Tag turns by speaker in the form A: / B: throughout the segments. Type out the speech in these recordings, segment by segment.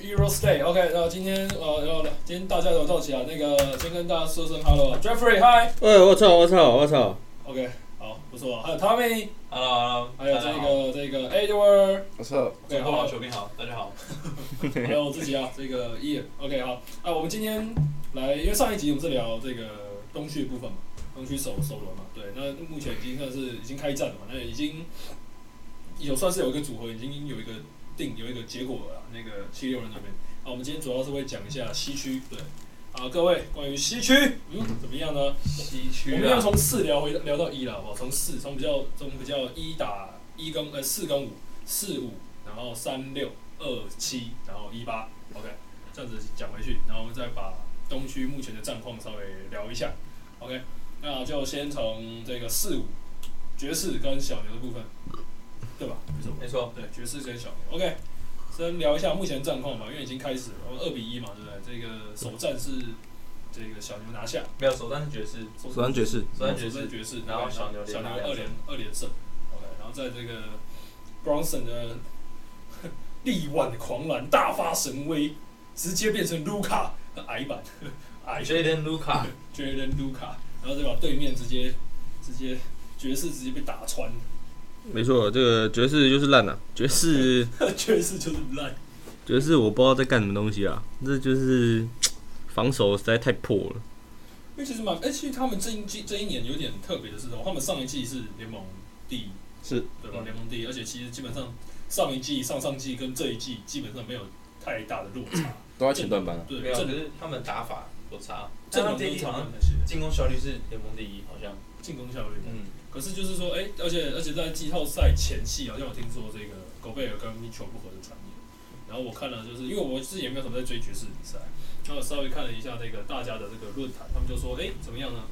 A: Euro Stay。OK，那今天呃，要今天大家有到齐啊，那个先跟大家说声 Hello，Jeffrey，嗨
B: 哎、我操！我操！我操！
A: ，OK，好，不错，啊还有 Tommy，
C: Hello，
B: 哎
A: 还有这个这个 Edward，
B: 我操！
A: 对，
C: 好
A: 好
C: 哎好，，球迷好，大家好。
A: 还有我自己啊，这个 Ian，OK，好，啊，我们今天来，因为上一集我们是聊这个东区的部分嘛，东区首首轮嘛，对，那目前已经算是已经开战了嘛，那已经有算是有一个组合，已经有一个定有一个结果了啦，那个七六人那边，啊，我们今天主要是会讲一下西区，对，啊，各位关于西区，嗯，怎么样呢？
C: 西
A: 我
C: 区
A: 们
C: 啊
A: 要，从四聊回聊到一了，好不好？从四，从比较从比较一打一跟呃四跟五，四五，然后三六二七，然后一八，OK，这样子讲回去，然后再把东区目前的战况稍微聊一下，OK，那就先从这个四五爵士跟小牛的部分，对吧？没错，
C: 没错，
A: 对，爵士跟小牛，OK，先聊一下目前战况吧，因为已经开始了，二比一嘛，对不对？这个首战是这个小牛拿下，
C: 没有首战是爵士，
A: 首
B: 首战爵士，
C: 首战
A: 爵
C: 爵
A: 士
C: 士，
A: 爵士，
C: 然后小牛
A: 小牛
C: 连拿
A: 二连二连胜，OK，然后在这个 Bronson 的 力挽狂澜大发神威，直接变成卢卡的矮版， 矮
C: 杰伦卢
B: 啊
C: 卡，
A: Jaden 卢卡，然后再把对面直接直接爵士直接被打穿，
B: 没错，这个爵士就是烂啊！爵士，
A: 爵士就是烂，
B: 爵士，我不知道在干什么东西啊！这就是防守实在太破了。
A: 因为其实蛮，哎、其实他们这一季这一年有点特别的是什么？哦他们上一季是联盟第一，
B: 是
A: 对吧？联盟第一，而且其实基本上上一季、上上季跟这一季基本上没有太大的落差，
B: 都在
A: 前
B: 段班啊！
A: 对，
C: 没有，
A: 这
C: 可是他们打法有差，
A: 这
C: 但他
A: 种
C: 们
A: 第
C: 第
A: 一
C: 一好
A: 场
C: 像进攻效率是联盟第一，好像，
A: 进攻效率。
C: 嗯，
A: 可是就是说，哎、而且而且在季后赛前夕，好像我听说这个狗贝尔跟米球不合的传言。然后我看了，就是因为我自己也没有什么在追爵士比赛，然后我稍微看了一下那个大家的这个论坛，他们就说，哎、怎么样呢？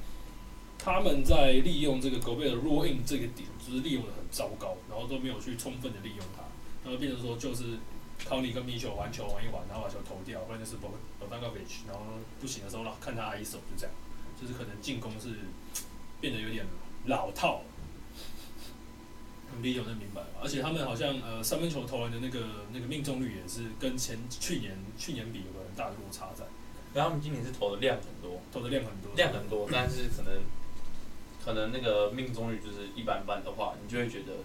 A: 他们在利用这个狗贝尔弱硬这个点，就是利用的很糟糕，然后都没有去充分的利用它，然后变成说就是康利跟米球玩球玩一玩，然后把球投掉，不然就是博博丹高维奇，然后不行的时候让看他挨手，就这样，就是可能进攻是变得有点老套。理解能明白吧，而且他们好像呃三分球投篮的那个那个命中率也是跟前去年去年比有个很大的落差在，
C: 然后他们今年是投的量很多，
A: 投的量很多，
C: 量很多，但是可能可能那个命中率就是一般般的话，你就会觉得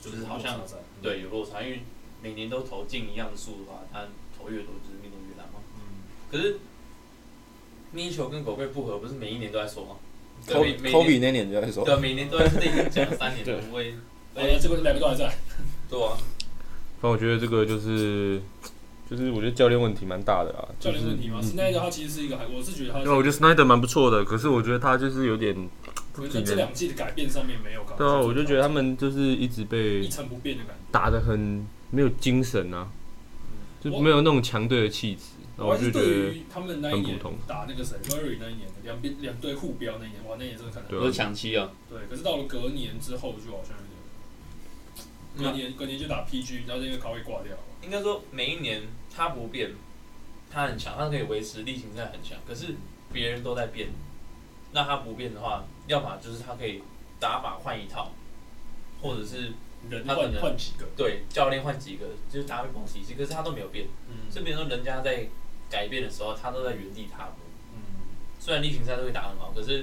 C: 就是好像
A: 落差在，
B: 嗯
C: 对有落差，因为每年都投进一样的数的话，他投越多就是命中越大嘛。
A: 嗯，
C: 可是咪球跟狗贝不合，不是每一年都在说吗？
B: 科
C: 对每
B: 科
C: 每
B: 比
C: 年
B: 那年就在说，
C: 对，每年都在这已经讲了三年了，我也
A: 而且这个两个都还
B: 嗯
A: 在，
C: 对啊，
B: 反正我觉得这个就是，就是我觉得教练问题蛮大的啦。
A: 教
B: 就
A: 练
B: 是
A: 问题嘛，是那个他其实是一个还，我是觉得他
B: 因为嗯我觉得 Snyder 蛮不错的，可是我觉得他就是有点，
A: 可能在这两季的改变上面没有搞，
B: 对啊，我就觉得他
A: 们
B: 们就是一直被
A: 一成不变的感觉，
B: 打得很没有精神啊，就
A: 我
B: 没有那种强队的气质。然后
A: 我
B: 我
A: 还
B: 就是觉
A: 对
B: 得，
A: 于他们那一年
B: 很普通
A: 打那个谁 Murray 那一年，两边两队互标那一年，哇，那一年真的看得
B: 对啊
C: 都抢七啊，
A: 对，可是到了隔年之后就好像有点，隔年隔年就打 PG，然后这个卡位挂掉了。
C: 应该说每一年他不变，他很强，他可以维持例行赛很强。可是别人都在变，那他不变的话，要么就是他可以打法换一套，或者是
A: 人
C: 他
A: 换
C: 可能
A: 换几个，
C: 对教练换几个，就是打会蹦几次，可是他都没有变。
A: 嗯
C: 这边说人家在改变的时候，他都在原地踏步。
A: 嗯，
C: 虽然例行赛都会打很好，可是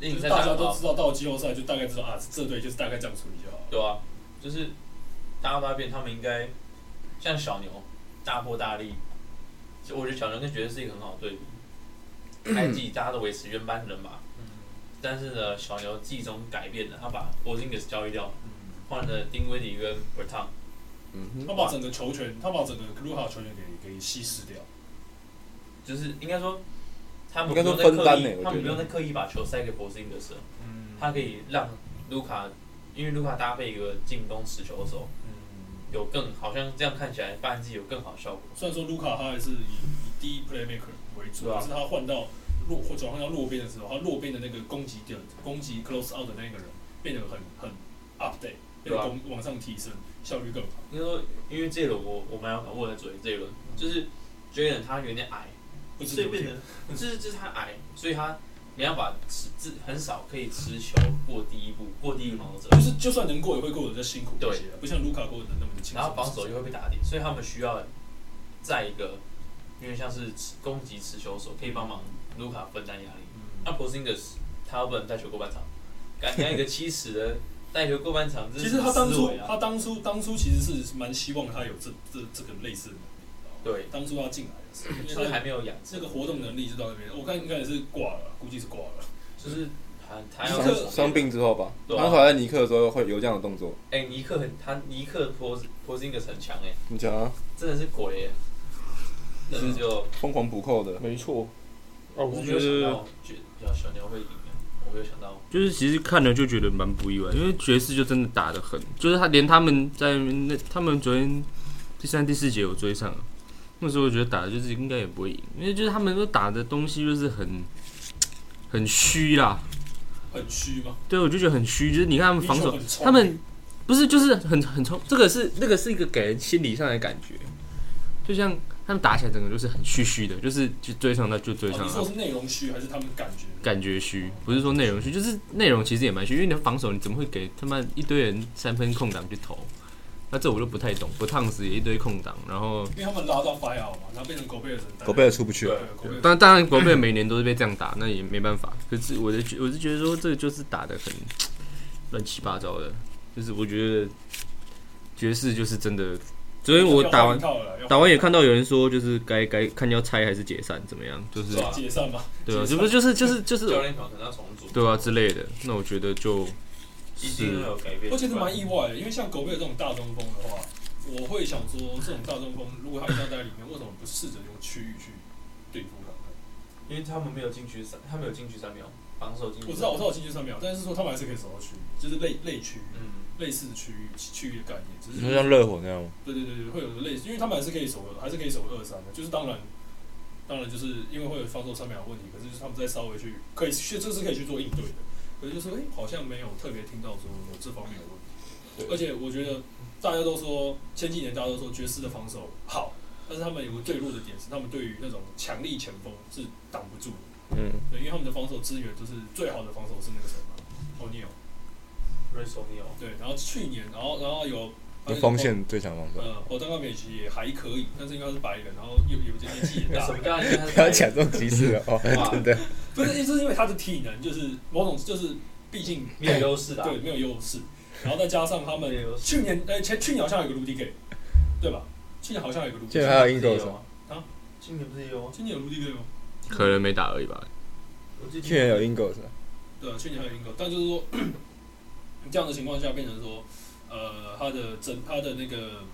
C: 例
A: 就
C: 行
A: 是
C: 赛
A: 大
C: 打
A: 家
C: 很
A: 都
C: 好，
A: 知道到季后赛就大概知道啊，这队就是大概这样处理就好了。
C: 对啊，就是大家都在变，他们应该像小牛大破大立，就我觉得小牛跟爵士是一个很好的对比。开季大家都维持原班人马，
A: 嗯
C: 但是呢，小牛季中改变了，他把博金给交易掉，
A: 嗯，
C: 换了丁威迪跟 b e r t o n
B: 嗯
A: 他把整个球权，他把整个卢卡球权给给稀释掉。
C: 就是应该说他们
B: 应该
C: 不
B: 说
C: 用再刻
B: 分担
C: 意，
B: 欸我
C: 他
B: 觉
C: 们不
B: 得
C: 用再刻意把球塞给博金的时候，
A: 嗯
C: 他可以让卢卡，因为卢卡搭配一个进攻持球手，
A: 嗯，
C: 有更好像这样看起来拜恩季有更好的效果。
A: 虽然说卢卡他还是以以第一 playmaker 为主，
C: 对啊
A: 但是他换到弱或转换到弱边的时候，他弱边的那个攻击点、攻击 close out 的那个人变得很很 update，变
C: 对
A: 得
C: 啊
A: 往往上提升，效率更好。
C: 应该说，因为这一轮我我蛮有感，我在昨天这一轮就是 Jalen 他有点矮，
A: 不知
C: 所以
A: 不觉
C: 变成就是就是他矮，所以他没办法持自很少可以持球过第一步，过第一防守者
A: 就，是就算能过，也会过得比较辛苦一
C: 对
A: 些啊，不像卢卡过得那么的轻松。
C: 然后防守又会被打点，所以他们需要在一个因为像是持攻击持球手可以帮忙卢卡分担压力。
A: 嗯，
C: 那 Porzingis 他不能带球过半场，敢 干一个七十的带球过半场，这
A: 其
C: 是
A: 实他当
C: 思
A: 初
C: 维啊
A: 他当初当初其实是蛮希望他有这这这个类似的能力。
C: 对，
A: 当初他进来的时候，
C: 就是
A: 因为
C: 还
A: 他
C: 没有养
A: 这个活动能力就到那边，我看应该也是挂了，估计是挂了。
C: 就是他他要
A: 克
D: 伤伤病之后吧，
C: 对
D: 他
C: 啊
D: 好像在尼克的时候会有这样的动作。
C: 哎、尼克很他尼克波波辛格很强哎、
D: 你讲啊，
C: 真的是鬼耶、但是就
D: 疯狂补扣的，
E: 没错。哦，
C: 我没有想到，觉得小牛会赢哎、我没有想到，
E: 就是其实看了就觉得蛮不意外，因为爵士就真的打得很，就是他连他们在那他们昨天第三第四节有追上了，那时候我觉得打的就是应该也不会赢，因为就是他们都打的东西就是很很虚啦，
A: 很虚嘛，
E: 对我就觉得很虚，就是你看他们防
A: 英
E: 守
A: 雄很冲
E: 他们不是就是很很冲，这个是那个是一个给人心理上的感觉，就像他们打起来整个就是很虚虚的，就是就追上那就追
A: 哦
E: 上
A: 你
E: 那
A: 说是内容虚还是他们感觉？
E: 感觉虚，不是说内容虚，就是内容其实也蛮虚，因为你的防守你怎么会给他妈一堆人三分空档去投？那这我就不太懂，不烫死也一堆空档，然后
A: 因为他们拉到 fire 嘛，然后变成狗贝尔人。
D: 狗贝尔出不去
A: 对
D: 了。，
A: 狗贝尔。
E: 当当然国贝每年都是被这样打，那也没办法。可是我的觉我是觉得说这个就是打的很乱七八糟的，就是我觉得爵士就是真的，昨天我打
A: 要换
E: 完
A: 一套了要
E: 打完也看到有人说，就是该该看要拆还是解散怎么样，就是
C: 是吧
A: 解散嘛，
E: 对啊，
A: 解
E: 这
A: 散
E: 不是就是 就是就是
C: 教练团可能要重组，
E: 对啊之类的。那我觉得就
C: 一定会啊有改变。
A: 我觉得蛮意外的，因为像狗贝尔这种大中锋的话，我会想说，这种大中锋如果他一定要待在里面，为什么不试着用区域去对付他？
C: 因为他们没有禁区三，他们有禁区三秒，防守禁区。
A: 我知道，我知道，我进去三秒，啊但是说他们还是可以守到区域，就是类类区域
C: 嗯，
A: 类似区域区域的概念，只
D: 你
A: 是
D: 说像热火那样吗？
A: 对对对对，会有类似，因为他们还是可以守，还是可以守二三的，就是当然，当然就是因为会有防守三秒的问题，可是就是他们在稍微去可以去，这是可以去做应对的，可是就是哎、诶好像没有特别听到说有这方面的问题，而且我觉得大家都说前几年大家都说爵士的防守好，但是他们有个最弱的点是他们对于那种强力前锋是挡不住的，
E: 嗯，
A: 对，因为他们的防守资源就是最好的防守是那个谁嘛，奥尼尔，
C: 瑞索尼奥，
A: 对，然后去年，然后然后有
D: 就锋线最强防守。
A: 呃，我蛋糕美其实也还可以，但是因为他是白人，然后又有这年纪也 大
C: 什，么教练？
D: 不要讲这种歧视了哦，真的。
A: 不是，就是因为他的体能就是某种就是，毕竟
C: 没有优势的啊，
A: 对没有优势，然后再加上他
C: 没有
A: 们
C: 优势
A: 去年呃前去年好像有个卢迪给，对吧？去年好像有个卢迪
D: 现在还
A: 给，
D: 有 Ingles
C: 有
D: 吗
C: 吗？啊，今年不是也有吗？
A: 今年有卢迪给吗？
E: 可能没打而已吧。
C: 我记得
D: 去年有 Ingles，啊
A: 对啊，去年还有 Ingles，但就是说这样的情况下变成说，呃，他的整他的那个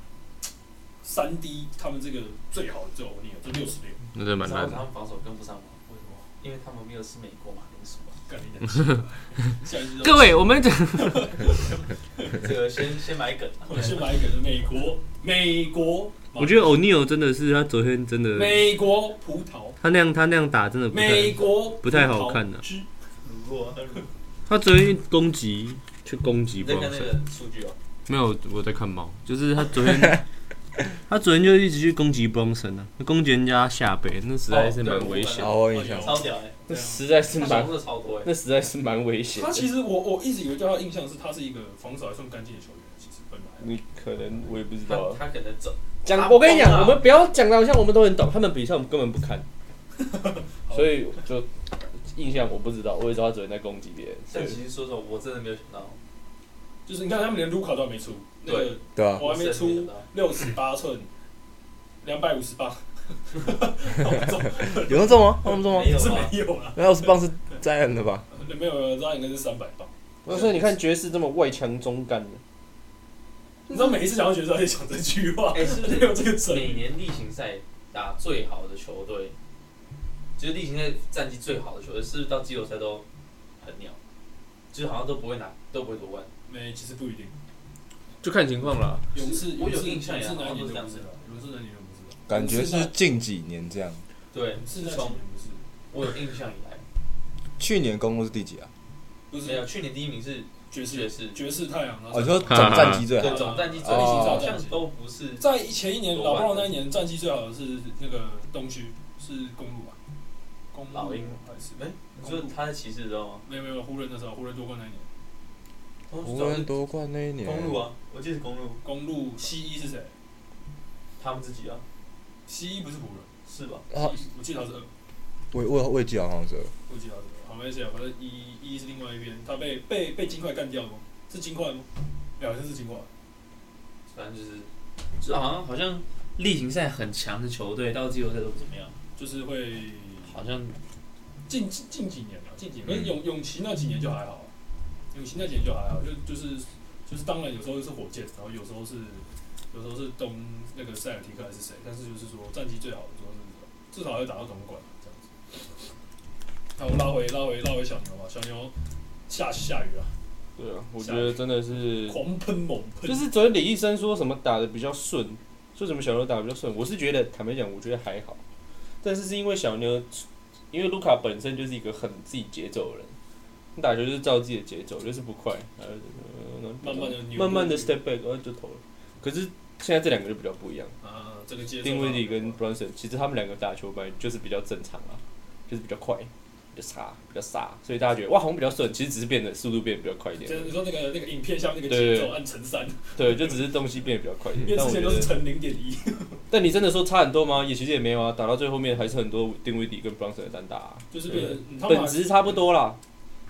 A: 三 D 他们这个最好的就欧尼尔，就六十六，
E: 那真的
C: 你
E: 蛮
C: 知道
E: 烂
C: 他
E: 的。
C: 们防守跟不上吗？
A: 为什么？
C: 因为他们没有吃美国马铃薯啊。
A: 干你点事，下一次就
E: 各位，我们 讲
C: 这个先先买梗 啊，
A: 我去买一个美国，美国，
E: 我觉得欧尼尔真的是他昨天真的，
A: 美国葡萄，
E: 他那样他那样打真的不
A: 美
E: 太
A: 国
E: 不太好看呐、
A: 汁
C: 如果你
E: 他昨天攻击去攻击不
C: 在
E: 好
C: 看那
E: 看。
C: 个数据哦，
E: 没有，我在看猫，就是他昨 天，他昨天就一直去攻击 Bronson 啊，攻击人家下背，那实在是蛮危
C: 哦
E: 险。
D: 好，我有印象。
C: 超屌哎，
A: 对啊
E: 实在是
C: 他小数超多哎，
E: 实在是蛮危险
A: 他其实我我一直以为对他的印象是他是一个防守还算干净的球员，其实本来
E: 你可能我也不知
C: 他他可能走
E: 讲，
C: 他
E: 我跟你
C: 疯啊
E: 讲，
C: 了
E: 我们不要讲的好像我们都很懂，他们比赛我们根本不 看，所以就印象我不知道，我也知道他昨天在攻击别人。
C: 但其实说实话，我真的没有想到，
A: 就是你看他们连卢卡都还没出，那个
D: 对啊，
A: 我还没
C: 真的
A: 出
C: 想到
A: 六十八寸，两百五十八，
C: 哦啊
D: 有人中吗？他们中吗
C: 没？有
A: 是
C: 啊，
A: 没有啊，
D: 那要是棒是摘恩的吧？
A: 没有，他应该是三百磅。
E: 我说你看爵士这么外强中干的，
A: 你知道每一次讲到决赛就讲这句话，
C: 哎，是不
A: 没
C: 是
A: 有这个成
C: 每年例行赛打最好的球队，就是例行赛战绩最好的球队，是不是到季后赛都很鸟？就是好像都不会拿，都不会夺冠。
A: 没，其实不一定。
E: 就看情况啦。
A: 勇士，
C: 我
A: 勇
C: 有
A: 士，
C: 印
A: 勇
C: 象
A: 士
C: 呀
A: 那
C: 好像
A: 一
C: 都
A: 年
C: 是这
A: 的
C: 样
A: 不是吧？勇士
C: 子
A: 那一年的不是吧？
D: 感觉是近几年这样。
C: 对，
A: 勇士
C: 自
A: 那几
C: 从
A: 年不是？啊
C: 我有印象以来，
D: 去年公路是第几啊？
A: 不
C: 没有
A: 是
C: 去年第一名是
A: 爵士，
C: 爵士，
A: 爵士太阳。然啊后
D: 哦，你说总战绩最好
A: 啊
C: 对，总战绩最
D: 哦
C: 好，好像都不是
A: 在前一年
C: 罗
A: 老
C: 曼
A: 布朗那一年战绩最好的是那个东区，是公路吧？公路
C: 老鹰
A: 还是
C: 哎你说他在骑士知道吗？
A: 没有没有湖人的时候，湖人夺冠那一年，
D: 湖人夺冠那一年，
C: 公路啊，我记得是公路，
A: 公路西一是谁？
C: 他们自己啊，
A: 西一不是湖人，
C: 是吧？
D: 啊
A: 西一我记得他是二，
D: 我我我也记得好像是，
A: 我记得他是二，好没关系啊，反正一一是另外一边，他被被被金块干掉吗？是金块吗？好像是金块，
C: 反正就是，就好像好像例行赛很强的球队到季后赛都不怎么样，
A: 就是会
C: 好像
A: 近近近几年啊，近几年，
D: 嗯
A: 可是永永琪那几年就还好啊，永琪那几年就还好，就就是就是当然有时候是火箭，然后有时候是有时候是东那个塞尔提克还是谁，但是就是说战绩最好的时候是至少要打到总管这样子。那我们拉回拉回拉回小牛吧，小牛下下雨啊，
E: 对啊，我觉得真的是，
A: 狂喷猛喷，
E: 就是昨天李医生说什么打的比较顺，说什么小牛打得比较顺，我是觉得坦白讲，我觉得还好，但是是因为小牛，因为卢卡本身就是一个很自己节奏的人，你打球就是照自己的节奏，就是不快，然后就呃
A: 慢慢的
E: 慢慢的 step back，然后就投了。可是现在这两个就比较不一样。
A: 啊，这个接
E: 丁威迪跟 Brunson，其实他们两个打球本来就是比较正常啊，就是比较快，比较差，比较傻，所以大家觉得哇，好像比较顺，其实只是变得速度变得比较快一点
A: 就，是你说那个那个影片像那个
E: 对
A: 节奏按乘三，
E: 对，就只是东西变得比较快一
A: 因为
E: 点。但
A: 之
E: 我
A: 前
E: 觉
A: 都是
E: 得，
A: 乘零点一，
E: 但你真的说差很多吗？也其实也没有啊，打到最后面还是很多丁威迪跟 Brunson 的单打、啊，
A: 就是
E: 对
A: 变成嗯他们
E: 本质差不多啦。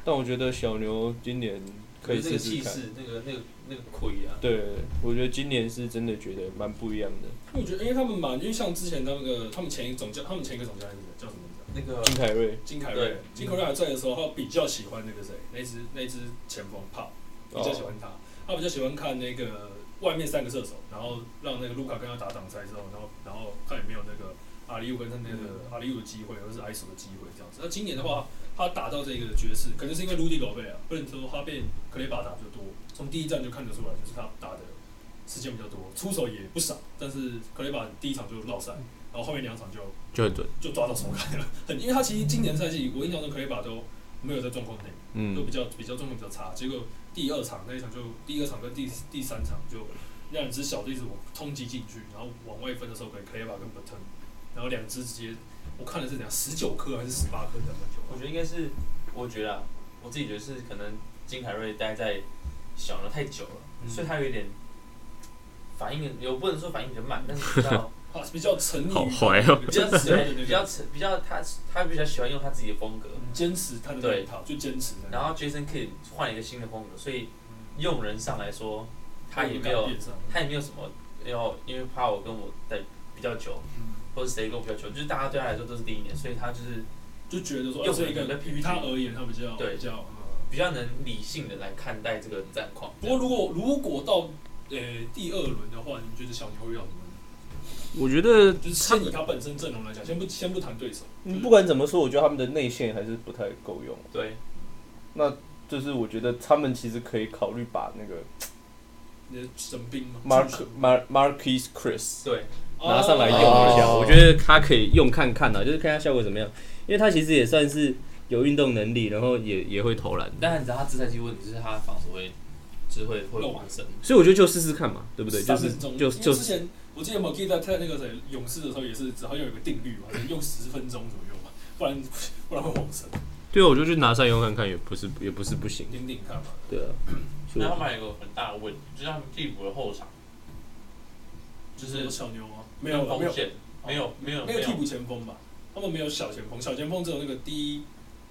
E: 但我觉得小牛今年可以
C: 那
E: 试
C: 个气
E: 试看。
C: 势，那个那个那个魁啊，
E: 对，我觉得今年是真的觉得蛮不一样的。
A: 因为我觉得，因为他们蛮，因为像之前那个他们前一总教，他们前一个总教练是谁叫什么名字啊？
C: 那个
E: 金凯瑞，
A: 金凯瑞嗯
C: 对，
A: 金凯瑞还在的时候，他比较喜欢那个谁，那只那只前锋炮，比较喜欢他，他比较喜欢看那个外面三个射手，然后让那个卢卡跟他打挡拆之后，然后然后看有没有那个阿里乌跟他那个阿里乌的机会，或者是埃索的机会这样子。那今年的话，他打到这个爵士，可能是因为卢迪狗贝啊，不能说他被克雷巴打就多，从第一站就看得出来，就是他打的时间比较多，出手也不少，但是克雷巴第一场就落赛，然后后面两场就
E: 就很准，
A: 就抓到手感了，很，因为他其实今年赛季我印象中克雷巴都没有在状况内，都
E: 嗯
A: 比较比较状况比较差，结果第二场那一场就第二场跟第第三场就让两只小弟子我冲击进去，然后往外分的时候给克雷巴跟 b u t t o n 然后两只直接我看了是怎样十九颗还是十八颗两分
C: 我
A: 球，
C: 觉得应该是，我觉得啊，我自己觉得是可能金凯瑞待在小牛太久了，
A: 嗯
C: 所以他有点反应，有不能说反应比较慢，但是比较
A: 啊比较沉溺于
E: 好坏哦
A: 比
C: 比
A: 较
C: 较
A: 沉的那
C: 比
A: 个
C: 较比较他他比较喜欢用他自己的风格，
A: 坚持他的那一套，就坚持那一套，
C: 然后 Jason Kidd 换了一个新的风格，所以用人上来说，他也没有
A: 变上，
C: 他也没有什么要，因为怕我跟我在比较久，
A: 嗯
C: 或者谁跟我比较久，就是大家对他来说都是第一年，所以他就是
A: 就觉得说啊
C: 又
A: 这一
C: 可
A: 个
C: 能
A: 于他而言他比较
C: 对
A: 比较。嗯
C: 比较能理性的来看待这个战况。
A: 不过如果如果到呃第二轮的话，你们觉得小牛会遇到什么问题？
E: 我觉得
A: 就是
E: 他
A: 先以他本身阵容来讲，先不先不谈对手，
E: 嗯不管怎么说，我觉得他们的内线还是不太够用。
C: 对，
E: 就是我觉得他们其实可以考虑把那个
A: 你的神兵啊嘛
E: Mark Mar Marquis Chris
C: 对，
E: 拿上来用一下，
D: 哦
E: 我觉得他可以用看看啊，就是看他效果怎么样，因为他其实也算是有运动能力，然后也也会投篮，
C: 但你知道他制裁机问题是他防守会，就是会会
A: 漏
C: 往深。
E: 所以我觉得就试试看嘛，对不对？
A: 三
E: 就是
A: 分钟
E: 就
A: 因
E: 就
A: 为之前我记得 m o g i 在在那个谁勇士的时候也是，只好像有一个定律嘛，用十分钟左右嘛，不然不然会往神，
E: 对啊，我就去拿上用看看，也不是也不是不行，
A: 顶顶看嘛。
E: 对啊。所以
C: 那他
E: 我
C: 们还有一个很大的问题，就是他们替补的后场，就
A: 你
C: 是
A: 说小牛吗？没有没
C: 风
A: 有
C: 险，没有没有
A: 没有替补前锋吧？他们没有小前锋，小前锋只有那个低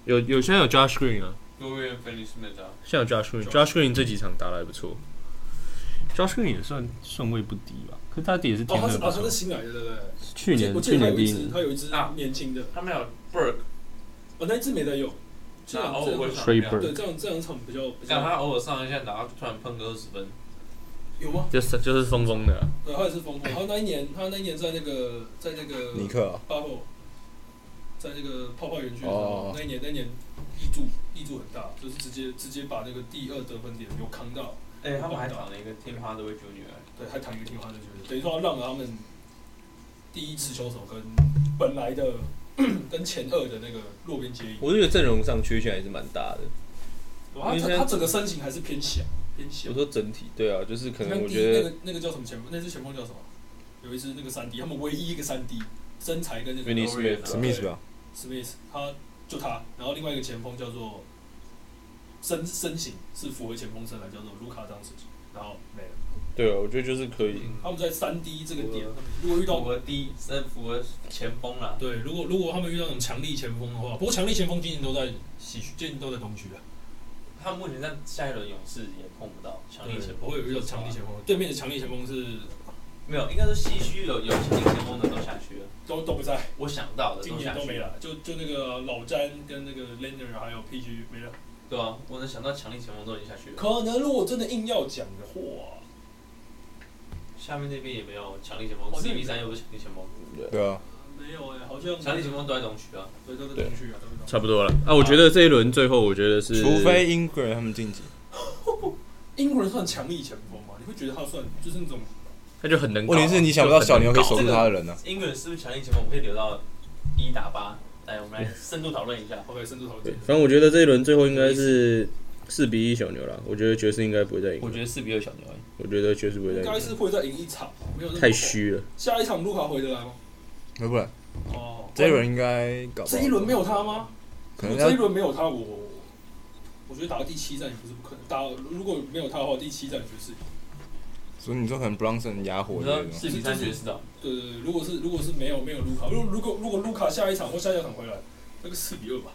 E: 有有现在有 Josh Green 啊，
C: 有远分离是没的。
E: 现在有 Josh Green，Josh Green 这几场打的还不错，Josh Green 也算顺位不低吧，可是他也是
A: 哦，
E: 天
A: 他
E: 分
A: 是
E: 不
A: 啊，他
E: 错
A: 是，新来的对不对？
E: 去
A: 我
E: 年
A: 记得他
E: 去年
A: 有
E: 第
A: 一
E: 一
A: 只
E: 名
A: 他有一只
C: 啊
A: 年轻的，
C: 他们有 Burke，
A: 哦，那一只没在用，这
C: 那
A: 样
C: 偶尔会上
E: Trey
C: 一下
E: Burke
A: 对这样这两场比较比
C: 你想
A: 较
C: 他偶尔上一下，然后就突然碰个二十分，
A: 有吗？
E: 就是就是疯疯的啊、
A: 对，呃他也是疯狂。他那一年，他那一年在那个在那个
D: 尼克啊，
A: 巴霍，在那个泡泡园区的时候
D: 哦，
A: 那一年那一年力度力度很大，就是直接直接把那个第二得分点有扛到
C: 哎，他们还躺了一个天花的位 junior，
A: 对，还躺一个天花就觉得，等于说让他们第一持球手跟本来的 跟前二的那个弱边接应，
E: 我是觉得阵容上缺陷还是蛮大的。
A: 哇
E: 因为
A: 他
E: 现在
A: 他整个身形还是偏小，偏小
E: 我。说整体对啊，就是可
A: 那
E: 能我
A: 第一
E: 觉
A: 那
E: 得
A: 个那个叫什么前锋，那支前锋叫什么？有一支那个三 D，他们唯一一个三 D 身材跟那个
E: Vinny
C: Dorian 啊
E: Smith
D: 史密斯吧，
A: Smith，他就他，然后另外一个前锋叫做身身形是符合前锋身材，叫做卢卡当时，然后没了。
E: 对啊，我觉得就是可以。
A: 他们在三 D 这个点，如果遇
C: 符
A: 到
C: 合第一，呃，符合前锋啦。
A: 对，如果如果他们遇到那种强力前锋的话，不过强力前锋今年都在西区，今年都在东区啊。
C: 他目前在下一轮勇士也碰不到强力前锋，
A: 我有遇到强力前锋，对面的强力前锋是
C: 没有，应该说西区有有强力前锋的都下去了。
A: 都都不在，
C: 我想到的
A: 今
C: 都
A: 年
C: 下
A: 都
C: 去
A: 没，来，就就那个老詹跟那个 Lander 还有 PG 没了。
C: 对啊，我能想到强力前锋都已经下去了。
A: 可能如果真的硬要讲的话，
C: 下面那边也没有强力前锋
A: 哦那哦
C: ，CB 三又不是强力前锋，
D: 对啊，
A: 没有哎、好像
C: 强力前锋都在东区啊。
A: 对都在东区啊，都在东区
E: 差不多了啊！我觉得这一轮最后，我觉得是
D: 除非英格兰他们晋级，
A: 英国人算强力前锋吗？你会觉得他算就是那种
B: 他就很能搞啊。
D: 问题是你想不到小牛可以守
C: 这
D: 住
C: 个
D: 他的人啊呢。
C: 英格兰是不是强力前锋？我们可以留到一打八，来，我们来深度讨论一下。
A: OK 深度投
E: 对
A: 进，
E: 反正我觉得这一轮最后应该是四比一小牛了。我觉得爵士应该不会再赢了。
C: 得四比二小牛，
E: 我觉得爵士不会
A: 应
E: 再
A: 该
E: 赢了，
A: 是会再赢一场，没有那么
E: 太。虚了。
A: 下一场卢卡回得来吗？
D: 要不然
A: 哦，
D: 这一轮应该搞不好
A: 这一轮没有他吗？
D: 可能
A: 如果这一
D: 要
A: 轮没有他，我我觉得打到第七战也不是不可能。打如果没有他的话，第七战爵士。
D: 所以你说可能 Bronson 压火
C: 你
D: 这
C: 知道
D: 种，
C: 四比三爵士的，
A: 对对对，如果是如果是没有没有卢卡，如如果如果卢卡下一场或下下场回来，那个四比二吧，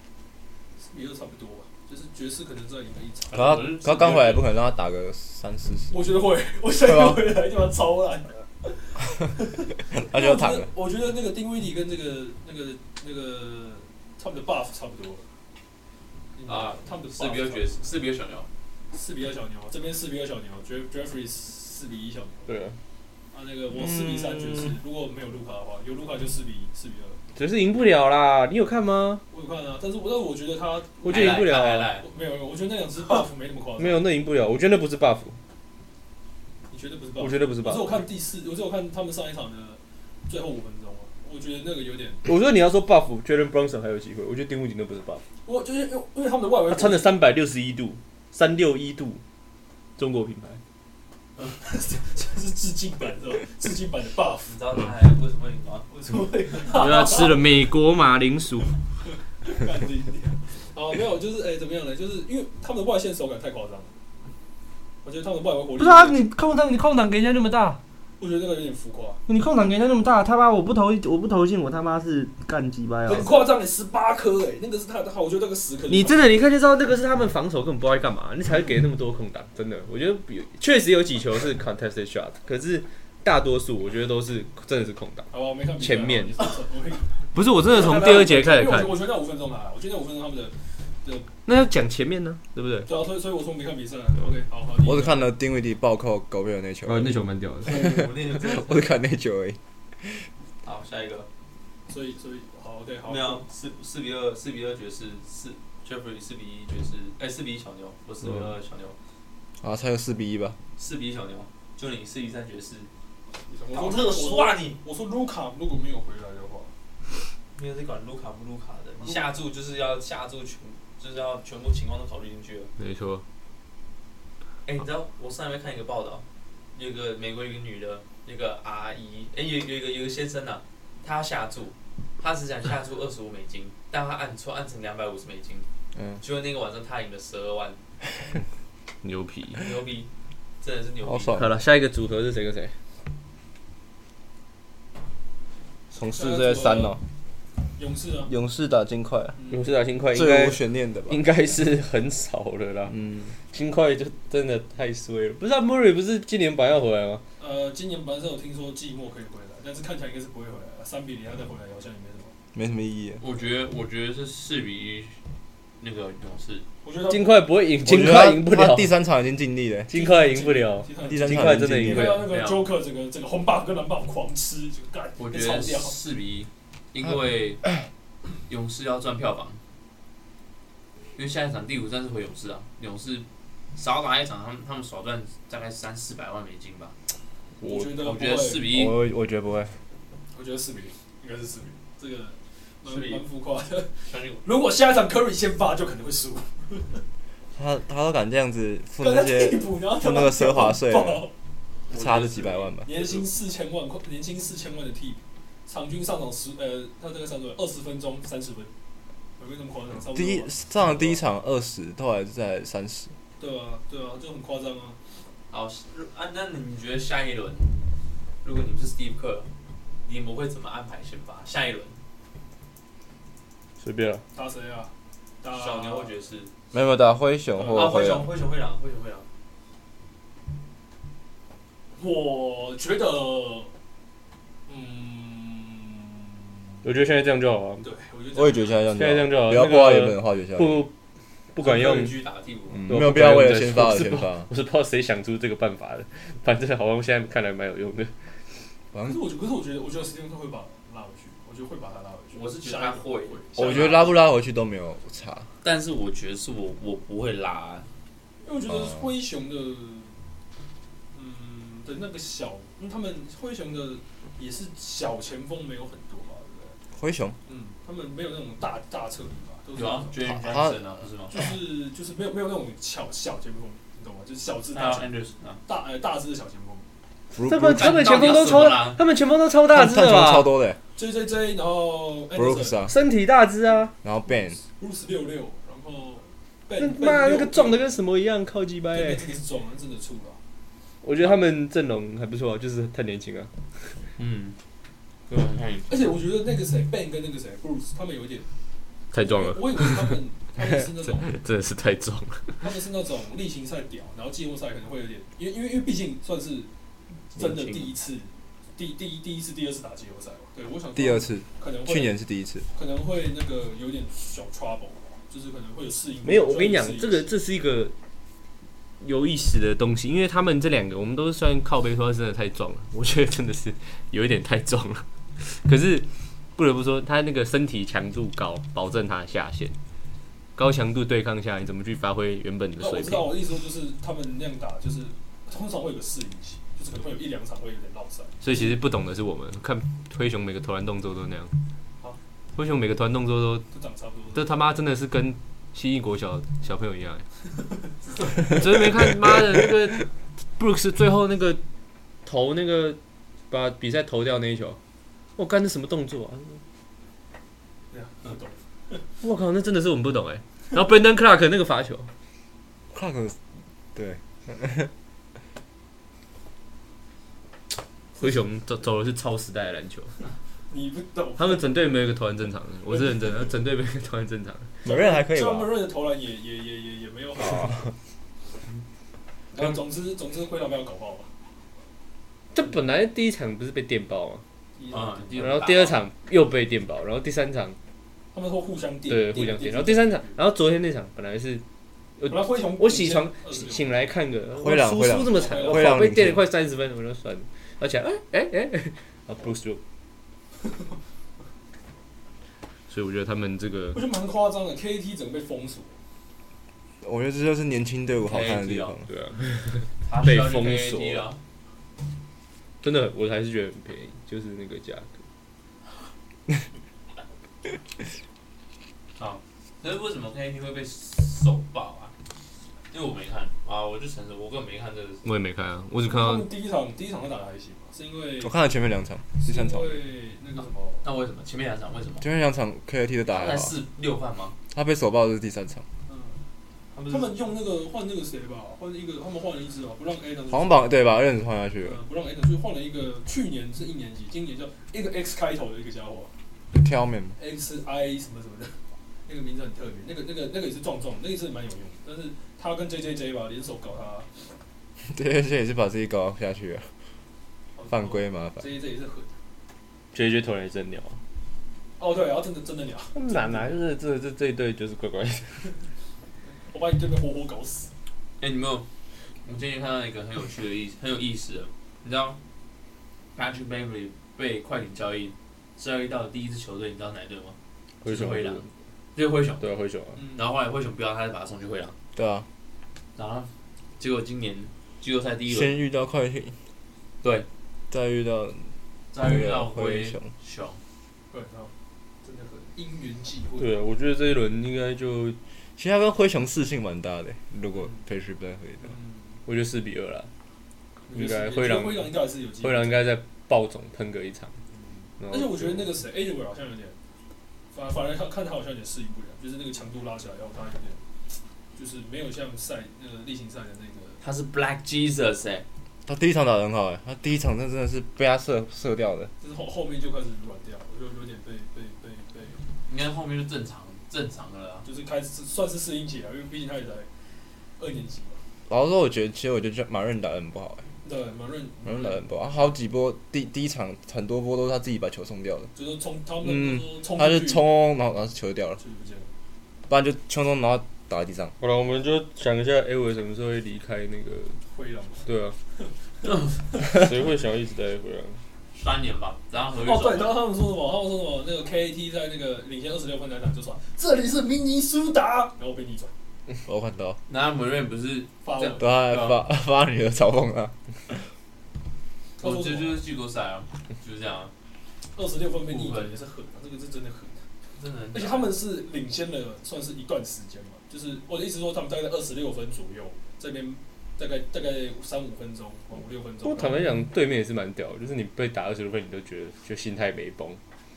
A: 四比二差不多吧，就是爵士可能再赢了一场。
D: 可他可他刚回来不可能让他打个三四十，
A: 我觉得会，我觉得回来就要超烂，
D: 他就要躺了。
A: 我觉得。我觉得那个丁威迪跟那个那个那个他们的 buff 差不多了
C: 啊
A: 他们的
C: 四比二爵
A: 士，
C: 士，四比二小牛。
A: 四比二小牛，这边四比二小牛，Jeff Jeffrey 四比一小牛，
E: 对啊，
A: 啊那个我四比三爵士，如果没有卢卡的话，有卢卡就四比一四比二，
E: 爵士赢不了啦！你有看吗？
A: 我有看啊，但是我但是我觉得他
E: 我觉得赢不了啊，
C: 哎来来，
A: 没有没有，我觉得那两只 buff 没那么夸张，
E: 没有那赢不了。我觉得那不是 buff，
A: 你觉得不是 buff？
E: 我觉得不是
A: 我只有
E: buff。
A: 看第四，我只有看他们上一场的最后五分钟啊，我觉得那个有点，
E: 我说你要说 buff，Jalen Brunson 还有机会。我觉得丁武景那不是 buff，
A: 我就是因为因为他们的外围
E: 他穿的三百六十一度，三六一度，中国 品牌。
A: 这是致敬版是吧？致敬版的 buff。
C: 你知道他还为什么啊会赢吗？
A: 我怎么会
B: 因为他吃了美国马铃薯，
A: 干这一点？哦，没有，就是哎、怎么样呢？就是因为他们的外线手感太夸张了，我觉得他们的外围火力，
F: 不是啊，你空档你空档给人家那么大，
A: 我觉得那个有点浮夸，
F: 你空档给人家那么大，他妈我不投我不投进我他妈是干鸡巴呀！
A: 很夸张的十八颗哎，那个是他的，我觉得那个十颗，
E: 你真的，你看就知道那个是他们防守根本不知道在干嘛，你才会给那么多空档。真的，我觉得比确实有几球是 contested shot，可是大多数我觉得都是真的是空档。
A: 好吧，我没看比赛啊
E: 前面
A: 我没看我没看啊
B: 不是我真的从第二节开始
A: 因为我觉
B: 看
A: 得，我觉得那五分钟啊，我觉得那五分钟他们的，
B: 那要讲前面呢，对不对？
A: 对啊，所以所以我说没看比赛，OK，好好，你
D: 我只看了丁威迪暴扣狗贝尔那球，
B: 哦，那球蛮屌的，
C: 我那个
D: 我只看那球而已。
C: 好，下一个
A: 所以所以好 OK 好，
C: 没有四四比二，四比二爵士，四 Jeffrey 四比一爵士，哎，四比一小牛，不是四比二小牛，
D: 啊，猜个四比一吧。
C: 四比一小牛，就你四比三爵士，
A: 我说
C: 特啊刷你，
A: 我说卢卡如果没有回来的话，
C: 没有在管卢卡不卢卡的，你下注就是要下注全，就是要全部情况都考虑进去了。
B: 没错。
C: 哎，你知道我上一位看一个报道，有一个美国有一个女的，那个阿姨，哎，有有一个有一个先生呐，他下注，他只想下注二十五美金，但他按错，按成两百五十美金，
D: 嗯，
C: 结果那个晚上他赢了十二万，
B: 牛皮。
C: 牛逼，真的是牛逼。
D: 好爽
E: 好。了，下一个组合是谁跟谁？
D: 从四再三哦，
A: 勇士啊，
D: 勇士打金块，
E: 勇士打金块应
D: 最
E: 该
D: 无悬念的吧？
E: 应该是很少了啦。
D: 嗯，
E: 金块就真的太衰了。不是啊，Murray 不是今年版要回来吗？
A: 呃，今年本来是有听说季末可以回来，但是看起来应该是不会回来了。三比零要再回来好像也没什么。
D: 没什么意义。啊
C: 我觉得，我觉得是四比一，那个勇士。
A: 我觉得
E: 金块不会赢，金
D: 我觉得
E: 块
D: 他
E: 赢不了
D: 他，第三场已经尽力了，
E: 金块赢不了。
A: 金
D: 第三
E: 金
D: 场
E: 块
D: 已经
E: 真的赢
D: 尽力
E: 不
D: 了。
A: 块
E: 了
A: 那个 Joker 整个整个红 buff 跟蓝 buff 狂吃，就干，
C: 我
A: 被
C: 觉
A: 超
C: 得
A: 掉。
C: 四比一，因为
D: 嗯
C: 勇士要赚票房，因为下一场第五战是回勇士啊，勇士少打一场，他们他们少赚大概三四百万美金吧。
A: 我觉得
C: 我
A: 啊不
C: 觉得四
A: 会，
C: 比一，
D: 我我觉得不会，
A: 我觉得四比零，应该是四比零，这个蛮
C: 四比一
A: 蛮浮夸的。
C: 相信我。
A: 如果下一场 Curry 先发，就可能会输。
D: 他他都敢这样子付
A: 跟他
D: 那些
A: 替补，然后
D: 付那个奢华税了
A: 爆
D: 差这几百万吧，
A: 年薪四千万块，年薪四千万的替补，场均上场十呃，他这个上场二十分钟三十分，有没有那么夸张？差不
D: 第
A: 多
D: 一
A: 吧。
D: 上了第一场二十，后来在三十，
A: 对啊，对啊，就很夸张啊。
C: 好，如啊，那你觉得下一轮，如果你们是 Steve Kerr，你们会怎么安排先发？下一轮，
E: 随便了。
A: 打谁啊？打
C: 小牛或爵士？
D: 没有没有打灰熊
C: 啊，
D: 或
C: 灰
D: 灰
C: 熊，
D: 狼，
C: 灰熊会狼，灰熊会啊狼。
A: 我觉得，嗯，
E: 我觉得现在这样就好啊了，
A: 对，我觉得
D: 我也觉得现在这样
E: 现在这样就好。
D: 不要
E: 那
D: 不要
E: 个
D: 原本的化学效应，
E: 不不管用，
C: 居打替补。
D: 嗯，
E: 对
D: 没有必要为了先发而先发。
E: 我是不知道谁想出这个办法的， 反正好像现在看来蛮有用的。
A: 可是我觉得，可是我觉得，我觉得 Stephen Curry 会把他拉回去，我觉得会把他拉回去。
C: 我是觉得
A: 下一
C: 他
A: 轮
C: 会
A: 会，
D: 我觉得拉不拉回去都没有差，
C: 但是我觉得是我我不会拉，
A: 因为我觉得
D: 哦
A: 灰熊的，嗯的那个小，因为他们灰熊的也是小前锋没有很多嘛，对不对？
D: 灰熊
A: 嗯，他们没有那种大大侧翼嘛，都是
C: 有啊
A: 那种
C: ，Jalen
D: 他
C: Johnson 啊，不是吗？
A: 就是就是没有没有那种小小前锋，你懂吗？就是小只
C: 还
A: 大
C: 有
A: 前
C: Anderson 啊，
A: 大呃大只的小前锋
E: 他们他们前锋都超，他们前锋都超大
D: 看
E: 只
D: 看球
E: 的
D: 超
E: 吧？
D: 多的
A: ，J J J，然后哎
D: ，Brooks 啊，
E: 身体大只啊，
D: 然后 Ben，
A: Bruce 六六，然后
E: 那
A: Ben
E: 妈那个壮的
A: 跟
E: 跟什么一样，靠鸡掰
A: 对，
E: 欸
A: Ben 真的是壮，真的出了。
E: 我觉得他们阵容还不错，就是太年轻啊。
C: 嗯，对，
E: 啊
C: 我看你
A: 而且我觉得那个谁 Ben 跟那个谁 Bruce 他们有一点
B: 太壮了，
A: 我以为他 们他们是那种
B: 真的是太壮了。
A: 他们是那种例行赛屌，然后季后赛可能会有点，因为因为因为毕竟算是真的第一次，第第一第一次第二次打季后赛嘛。对，我想说
D: 第二次，
A: 可能会
D: 去年是第一次，
A: 可能会那个有点小 trouble，就是可能会有适应。
E: 没有，我跟你讲
A: 需，要
E: 这
A: 适应
E: 个这是一个
B: 有意思的东西，因为他们这两个，我们都是算靠背说他真的太壮了，我觉得真的是有一点太壮了。 可是不得不说，他那个身体强度高，保证他的下限。高强度对抗下，你怎么去发挥原本的
A: 那
B: 水
A: 哦我知道，
B: 平？
A: 我的意思说就是他们那样打，就是通常会有个适应期，就是可能会有一两场会有点落赛。
B: 所以其实不懂的是我们看灰熊每个投篮动作都那样
A: 好，
B: 灰熊每个投篮动作都
A: 就长差不多。
B: 这他妈真的是跟蜥蜴国小小朋友一样欸，真的没看妈的那个 Brooks 最后那个
E: 投那个把比赛投掉那一球，我干这什么动作啊？
A: 对啊，不懂。
E: 我靠，那真的是我们不懂哎、然后 Brandon Clark 那个罚球，
D: Clark，对，
B: 灰熊走走的是超时代的篮球，
A: 你不懂。
B: 他们整队没有一个投篮正常的，我是认真的，整队没有一个投篮正常的。
D: 某人还可以
A: 虽然
D: 吧？
A: Murray 的投篮也也也也也没有好。然后总之总之灰狼被他搞爆了。
E: 这本来第一场不是被电爆吗？
C: 啊，
E: 然后第二场又被电爆，然后第三场
A: 他们会互相电，
E: 对互相电，然后第三场，然后昨天那场本来是
A: 本来灰熊
E: 我起床
A: 26
E: 醒醒来看个，
D: 灰狼
E: 输
D: 灰狼
E: 输这么惨，我
D: 灰
E: 靠
D: 狼
E: 被
D: 领
E: 电了
D: 先
E: 快三十分，我就算了，而且哎哎哎，哎啊 Bruce Brook
B: 所以我觉得他们这个
A: 我觉得蛮夸张的，KT 整个被封锁，
D: 我觉得这就是年轻队伍好看的地方。
E: 对啊，
C: 他
E: 被
C: 需要去
E: 封
C: KAT
E: 锁
C: 了，
E: 真的我还是觉得很便宜，就是那个价格，
C: 可是为什么 KAT 会被首爆啊？因为我没看啊，我就承认我根本没看这个。
B: 我也没看啊，我只看
A: 他
B: 到
A: 们第一场第一场就打得还行嘛，是因为
D: 我看了前面两场，第哦三场
A: 是因，为那个什么，
C: 那为什么前面两场为什么？
D: 前面两场 KAT 都打
E: 啊
C: 他才
D: 得好，
C: 四六犯吗？
D: 他被手爆的是第三场，
A: 嗯，
C: 他不是
A: 他们用那个换那个谁吧，换一个他们换了一支啊，不让 A 能
D: 防榜对吧？认识换下
E: 啊
D: 去了，
A: 呃不让 A 能去换了一个去年是一年级，今年叫一个 X 开头的一个家伙
D: 挑 man
A: ，X I 什么什么的，那个名字很特别，那个那个那个也是壮壮，那个也是蛮有用的，但是他跟 J J J 吧联手搞他
D: 对对对，也是把自己搞下去了，犯，规麻烦。
A: J J 也是很
E: 觉得投篮真鸟。
A: 哦对，然后真的真的鸟，
E: 他们哪哪啊就是这这这一队就是乖乖的，
A: 我把你这边活活搞死，
C: 哎、你们有？我最近看到一个很有趣的意思，很有意思的，你知道 Patrick Beverly 被快艇交易，交易到的第一支球队，你知道哪一队吗？
E: 灰熊
C: 灰狼，就是灰熊。
E: 对啊灰熊啊，
A: 嗯，
C: 然后后来灰熊不要他，就把他送去灰狼。
D: 对啊，
C: 然后结果今年季后赛第一轮
D: 先遇到快艇，
C: 对，
D: 再遇到
C: 再遇到
D: 灰
C: 灰
D: 熊，
C: 熊，
A: 对，然后真的很因缘际会。
E: 对啊，我觉得这一轮应该就
D: 其实他跟灰熊四性蛮搭的。如果 p a t r i 不在灰的话，
A: 嗯，
E: 我觉得四比二啦，应该
A: 灰
E: 灰狼
A: 灰狼应该还是有机
E: 灰
A: 会。嗯
E: 狼应该在暴总喷个一场。然后
A: 而且我觉得那个谁 a d w 好像有点，反反而看看他好像有点适应不了，啊就是那个强度拉起来，然后他有点，就是没有像赛那个例行赛的那个，
C: 他是 Black Jesus 哎、
D: 他第一场打得很好哎，他第一场那真的是被他射射掉的。
A: 就是后后面就开始软掉，我就有点被被被被，
C: 应该后面就正常正常的了啊。
A: 就是开始算是适应起来，因为毕竟他也才二年级嘛。
D: 老实说，我觉得其实我觉得马润打得很不好哎，
A: 对，马润，
C: 嗯
D: 马润打得很不好，他好几波第第一场很多波都是他自己把球送掉的，
A: 就是冲他们都说冲
D: 嗯他就
A: 出去，
D: 冲，然后然后球就掉了，
A: 就是不见了。
D: 不然就冲冲，然后打在地上。
E: 好了，我们就想一下 A 维什么时候会离开那个？
A: 灰狼。
E: 对啊，谁会想要一直待在灰狼？
C: 三年吧，然后合约
A: 哦，对，
C: 转
A: 然后他们说什么？他们说什么？那个 KAT 在那个领先二十六分来讲，就说这里是明尼苏达，然后被逆转，
D: 我看到，
C: 那门瑞不是，
A: 发
C: 这
A: 文
C: 样，
D: 对啊，发 发女的嘲讽啊他，
A: 他
C: 我
A: 说
C: 觉
A: 什
C: 得就
A: 么？
C: 是季后赛啊，就是这样啊，
A: 二十六分被逆转也是狠啊，这个是真的狠。
C: 真的很屌。
A: 而且他们是领先了，算是一段时间嘛，就是我的意思说，他们大概在二十六分左右这边。大概大概三五分钟，哦五六分
E: 不过
A: 钟。
E: 坦白讲，对面也是蛮屌的，就是你被打二十六分，你都觉得就心态没崩。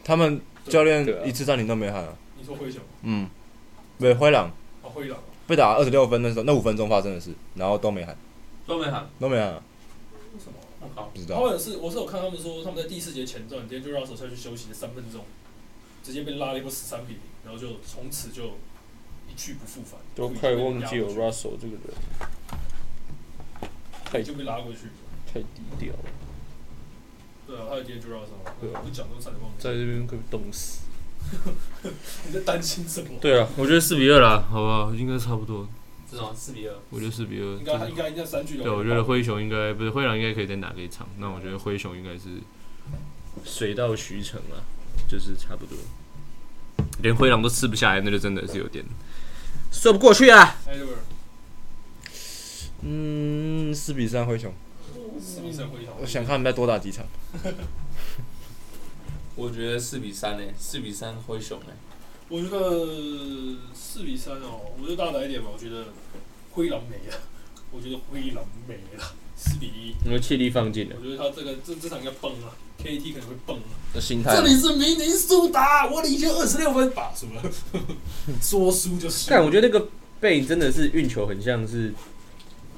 D: 他们教练
E: 对啊
D: 一次暂停都没喊啊。
A: 你说灰熊，
D: 嗯，对，灰狼
A: 哦灰狼，
D: 被打二十六分的时候，那五分钟发生的事，然后都没喊，
C: 都没喊，
D: 都没喊啊，
A: 为什么？
C: 我靠，
D: 不知
E: 啊
A: 他
D: 道。
A: 们是，我是有看他们说，他们在第四节前段，今天就让手下去休息了三分钟，直接被拉了一波十三比零，然后就从此就一去不复返，
E: 都快忘记有
A: 了，
E: Russell 这个人，太
A: 就被拉过去。
E: 太低调了，
A: 对啊，还有今天就让什么，
E: 对啊
A: 不讲都差点忘记。
E: 在这边快被冻死。
A: 你在担心什么？
E: 对啊，我觉得四比二啦，好不好？应该差不多，
C: 这种四比二，
E: 我觉得四比
A: 应
E: 二
A: 该。应该应该三句
B: 对，
E: 啊
A: 有。
B: 我觉得灰熊应该不是灰狼应该可以再拿个一场，那我觉得灰熊应该是
E: 水到渠成啊，就是差不多。
B: 连灰狼都吃不下来，那就真的是有点说不过去啊。
A: Edward
D: 嗯，四比三灰熊，
A: 斯密森回头
D: 我，想看他们再多打几场。
C: 我觉得四比三呢、四比三灰熊哎、
A: 我觉得四比三哦，我就大胆一点吧，我觉得灰狼没了， 我觉得灰狼没了，四比一，
E: 你们气力放尽了，
A: 我觉得他这个这这场应该崩了，KT 可能会崩了。
D: 这心态
A: 这，里是明尼苏达，我领先二十六分，把输 了，说输就输。
E: 但我觉得那个贝真的是运球很像是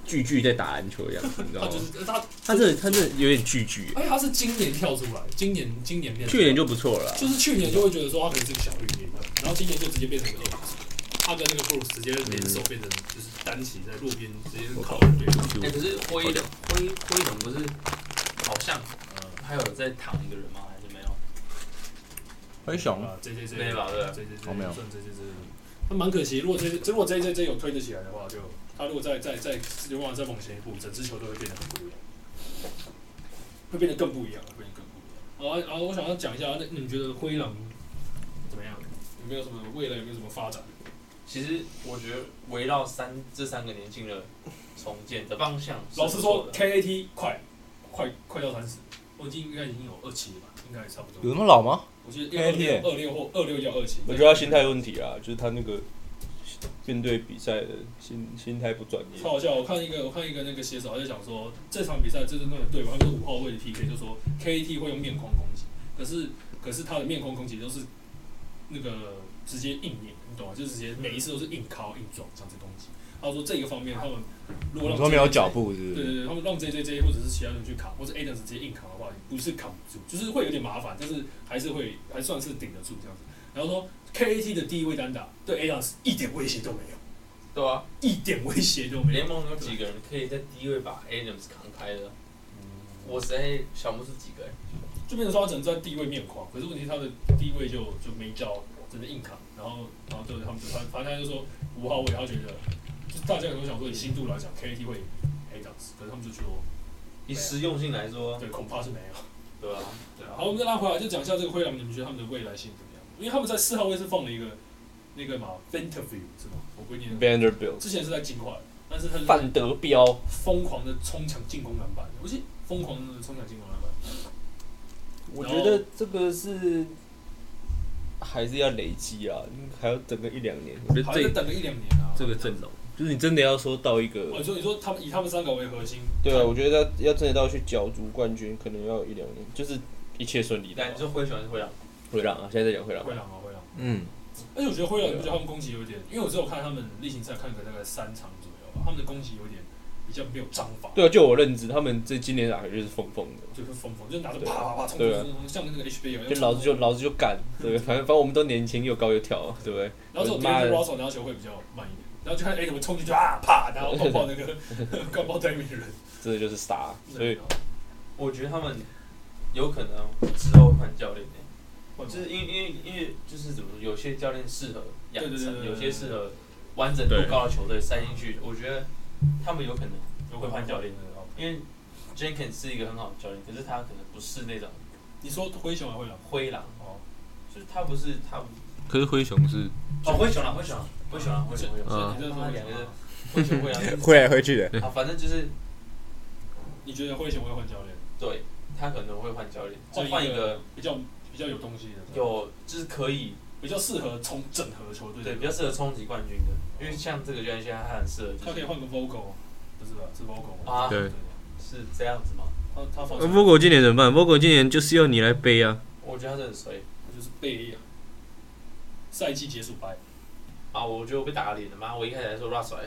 E: 巨巨在打篮球一样，你知道
A: 他
E: 吗
A: 就？是他，哎
E: 他真的他真的有点巨巨，
A: 而且他是今年跳出来，今年今年练出
E: 去
A: 来，
E: 年就不错了啦。
A: 就是去年就会觉得说他可能是个小绿叶，然后今年就直接变成一个二把手，他跟那个布鲁斯直接
D: 嗯
A: 联手变成就是单起在路边直接靠人边。
C: 哎、可是灰灰灰熊不是好像呃还有在躺一个人吗？还是没有？
D: 灰熊
A: 啊，J J J
C: 没吧对
A: ，J J J
D: 哦没有
A: 算 J J J。那蛮可惜，如果 J J 如果 J J J 有推得起来的话，就他如果再再再如果再往前一步，整支球队会变得很不一样，会变得更不一样，会变得更不一样。好啊，啊，我想要讲一下，那你觉得灰狼怎么样？有没有什么未来？有没有什么发展？
C: 其实我觉得围绕三这三个年轻人重建的方向是
A: 老
C: 不
A: 实
C: 错
A: 说
C: 的，
A: ，K A T 快快快到三十，我已经应该已经有二七了吧，应该也差不
D: 有
A: 多。
D: 那么老吗？
A: 我记得
D: KAT
A: 二六或二六要二七。
E: 我觉得他心态问题啊，就是他那个面对比赛的心心态不专业
A: 超。好笑！我看一个，我看一个那个写手他就讲说，这场比赛就是那个队嘛，他们是五号位的 PK，就说 KAT 会用面框攻击，可是可是他的面框攻击都是那个直接硬碾，你懂吗？就直接每一次都是硬敲硬撞这样子攻击。他说这个方面他们如果
D: 你
A: 让
D: 说没有
A: JJJ
D: 脚步是不
A: 对
D: 是？
A: 对对，他们让 J J J 或者是其他人去扛，或者 Aden 直接硬扛的话，不是扛不住，就是会有点麻烦，但是还是会还算是顶得住这样子。然后说 K A T 的第一位单打对 Aden 是一点威胁都没有，
C: 对啊，
A: 一点威胁都没有
C: 联。盟有几个人可以在低位把 Adams 扛开的？
A: 嗯
C: 我实在想不出几个、欸。
A: 就变成说他只能在低位面框，可是问题他的低位就就没教，只能硬扛，然后然后就他们就反反正他就说五号位，他觉得就是大家有想说以新度来讲，K A T 会 A 档次，可是他们就说
C: 以实用性来说，
A: 对，恐怕是没有。
C: 对啊，
A: 对啊，好，我们再拉回来，就讲一下这个灰狼，你们觉得他们的未来性怎么样？因为他们在四号位是放了一个那个嘛 Venterview 是吗？我不会念。
E: Vanderbilt
A: 之前是在金块，但是他就是
C: 范德彪，
A: 疯狂的冲抢进攻篮板，我是疯狂的冲抢进攻篮板。
E: 我觉得这个是还是要累积啊，还要等个一两年。我觉得
A: 好像
E: 这
A: 等个一两年啊。
B: 这个阵容，
E: 就是你真的要说到一个
A: 我，你说你说他们以他们三个为核心，
E: 对啊，我觉得要要真的到去角逐冠军，可能要一两年，就是一切顺利的
C: 但
E: 话
C: 你。说灰熊还是灰狼？
E: 会让啊，现在在讲会让，
A: 灰狼啊灰狼。
D: 嗯，
A: 而且我觉得灰狼，你不觉得他们攻击有点？因为我只有看他们例行赛看个大概三场左右吧，他们的攻击有点比较没有章法，
E: 对啊，就我认知，他们这今年打球就是疯疯的，
A: 就是疯疯，就拿着
E: 对
A: 啪啪啪冲
E: 对
A: 冲
E: 啊
A: 冲冲，像那个 HBL，
E: 就老子就老子就干， 对，反正反正我们都年轻又高又跳，对不对？
A: 然后这种 d
E: 妈
A: a
E: 的
A: v Russell 拿球会比较慢一点，然后就看哎怎么冲进去啊啪，然后灌爆那个 灌爆对面人，
E: 真的就是傻，所以
C: 我觉得他们
A: 嗯
C: 有可能之后换教练、欸、
A: 换
C: 就是因为因为因为就是怎么说，有些教练适合养
A: 对对对
C: 成，
A: 对
C: 有些适合完整度高的球队塞进去。我觉得他们有可能会换教练，哦因为 Jenkins 是一个很好的教练，可是他可能不是那种
A: 你说灰熊还灰狼？
C: 灰狼，
A: 哦，
C: 就是他不是他
B: 可是灰熊是
C: 哦灰熊狼灰熊狼灰熊
A: 啊
C: 狼灰熊狼灰
B: 嗯
C: 熊，
A: 你在说
C: 他
A: 灰
C: 两
A: 熊
C: 个
A: 啊？
C: 灰熊灰狼
D: 会来会去的，
C: 啊，反正就是
A: 你觉得灰熊会换教练？
C: 对他可能会换教练，
A: 就
C: 就换一个
A: 比较比较有东西的，
C: 有就是可以
A: 比较适合冲整合球队的，
C: 对比较适合冲击冠军的，因为像这个教练现在他很适合，
A: 他
C: 就
A: 可以
C: 是
A: 换个 Vogel，不是吧？是 Vogel 吗
C: 啊
B: 对
C: 是这样子吗？
A: 他他放
B: 呃 v o g 今年怎么办 v o g 今年就是要你来背啊！
C: 我觉得他是很衰
A: 就是被赛季结束掰，
C: 啊！我觉得我被打脸了妈！我一开始还说 Russ 还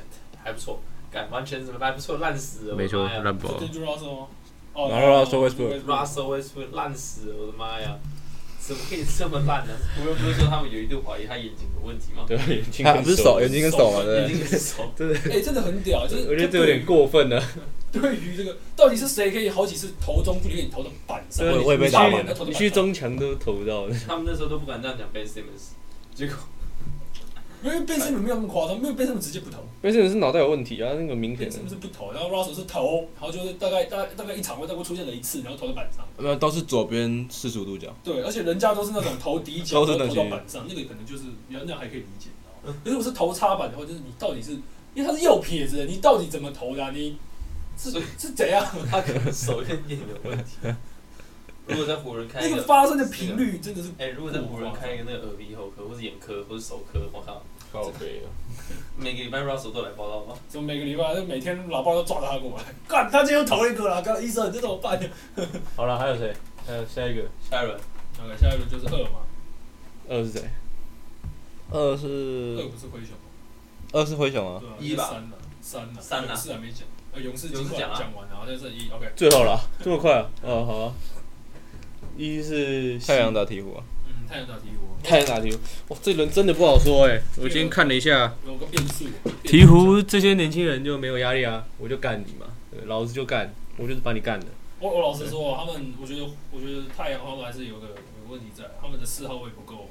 C: 还不错，干完全怎么还不错，烂死了！
B: 没错，
E: 哎
B: 烂爆
A: 是
B: 了。
A: d a n g e r o u s 吗？哦，
D: 然后 Russell Westbrook
C: ，Russ 会会烂死了，我的妈呀！怎么可以这么烂呢、我又不是说他们有一度怀疑他眼睛有问题吗？
E: 对，眼睛
D: 他不是手，眼
E: 眼
D: 睛跟手嘛，
C: 眼
D: 对不对？
C: 睛很熟，
A: 哎，真的很屌，就是
E: 我觉得这有点过分啊了。
A: 对于这个到底是谁可以好几次投中距离给你投到板上？
D: 我也被打满
A: 了
E: 你去中强都投不到，
C: 他们那时候都不敢这样讲 Ben Simmons，结果
A: 因为贝斯们没有那么夸张，没有贝斯们直接不投，
E: 为什么是脑袋有问题啊？那个明显
A: 贝
E: 的
A: 斯们是不投，然后 Russell 是投，然后就是大概大概大概一场会大概出现了一次，然后投到板上。
D: 没有，都是左边四十五度角。
A: 对，而且人家都是那种投底 角，
D: 都是
A: 然后
D: 那
A: 投
D: 些
A: 到板上，那个可能就是人家还可以理解，你知道吗？可是我是投插板的话，就是你到底是因为他是右撇子，你到底怎么投的啊、你是是怎样？
C: 他可能手有点有问题。如果在湖人开
A: 那
C: 一
A: 个
C: 个，
A: 发生的频率真的是
C: 哎、如果在湖人开一个那个耳鼻喉科或者眼科或者手科，我靠，
E: 靠背啊，
C: 每个礼拜 Russell 都来报道吗？
A: 怎么每个礼拜就每天老爸都抓着他过来，干他今天又投了一个了，干医生你这怎么办？
E: 好了，还有谁？还有下一个，
C: 下一轮
A: OK，下一轮就是二嘛，
E: 二呃是谁？二
A: 二
D: 嗯
E: 是
A: 不是灰熊吗，
D: 二是灰熊啊，
A: 对啊，
C: 一吧
A: 三了，三了，
C: 三啊
A: 勇士还没讲，呃，勇士
C: 勇士
A: 尽管
C: 讲啊
A: 讲完了，然后再剩一，OK，
E: 最后了，这么快啊？哦，好啊。一是西
D: 太阳打鹈鹕啊，
A: 嗯，太阳打鹈鹕，
E: 太阳打鹈鹕，哇，这轮真的不好说哎、
B: 我今天看了一下，
A: 有个变数，
E: 鹈鹕这些年轻人就没有压力啊，我就干你嘛，对老子就干，我就是把你干了。
A: 我我老实说，他们我觉得我觉得太阳他们还是有个有个问题在，他们的四号位不够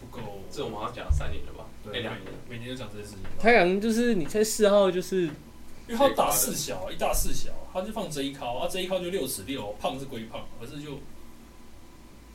A: 不够，
C: 这我们好像讲了三年了吧？那
A: 对
C: 两
A: 每
C: 年，
A: 每年都讲这件事情，
E: 太阳就是你在四号就是
A: 因为他打四小一大四小，他就放这一靠，啊这一靠就六尺六，胖是归胖，可是就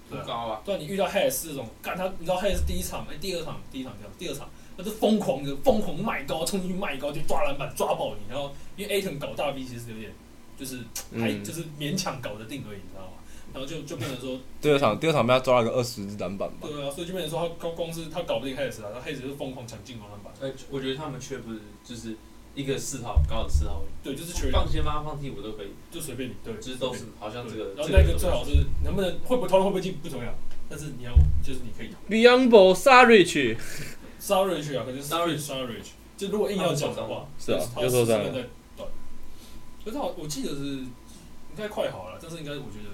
C: 不
A: 对啊
C: 高啊，
A: 对啊，你遇到 Hayes 这种，干他，你知道 Hayes 第一场、哎，第二场、第一场这样，第二场他就疯狂的疯狂迈高，冲进去迈高就抓篮板抓爆你，然后因为 Aton 搞大 V 其实有点就是还、
E: 嗯
A: 就是勉强搞得定而已，你知道吗？然后就就变成说，
D: 第二场第二场被他抓了个二十篮板吧，
A: 对啊，所以就变成说他光光是他搞不定 Hayes 啊，然后 Hayes 就疯狂抢进攻篮板，
C: 呃，我觉得他们缺不是就是一个四号高的四号位，
A: 对，就是缺人
C: 放先发放替补都可以，
A: 就随便你，对，
C: 就是都是好像这
A: 对
C: 个。
A: 然后
C: 这
A: 那个最
C: 都
A: 好是能不能会不会投篮会不会进不重要，但是你要就是你可以投
E: Biombo Sarich，
A: s a r a g e 啊，可能 s a r a g
C: Saric
A: e s a r a g e 就如果硬要讲的话，
E: 是啊
A: 他
E: 又受伤了
A: 四分在短，可是好，我记得是应该快好了，但是应该我觉得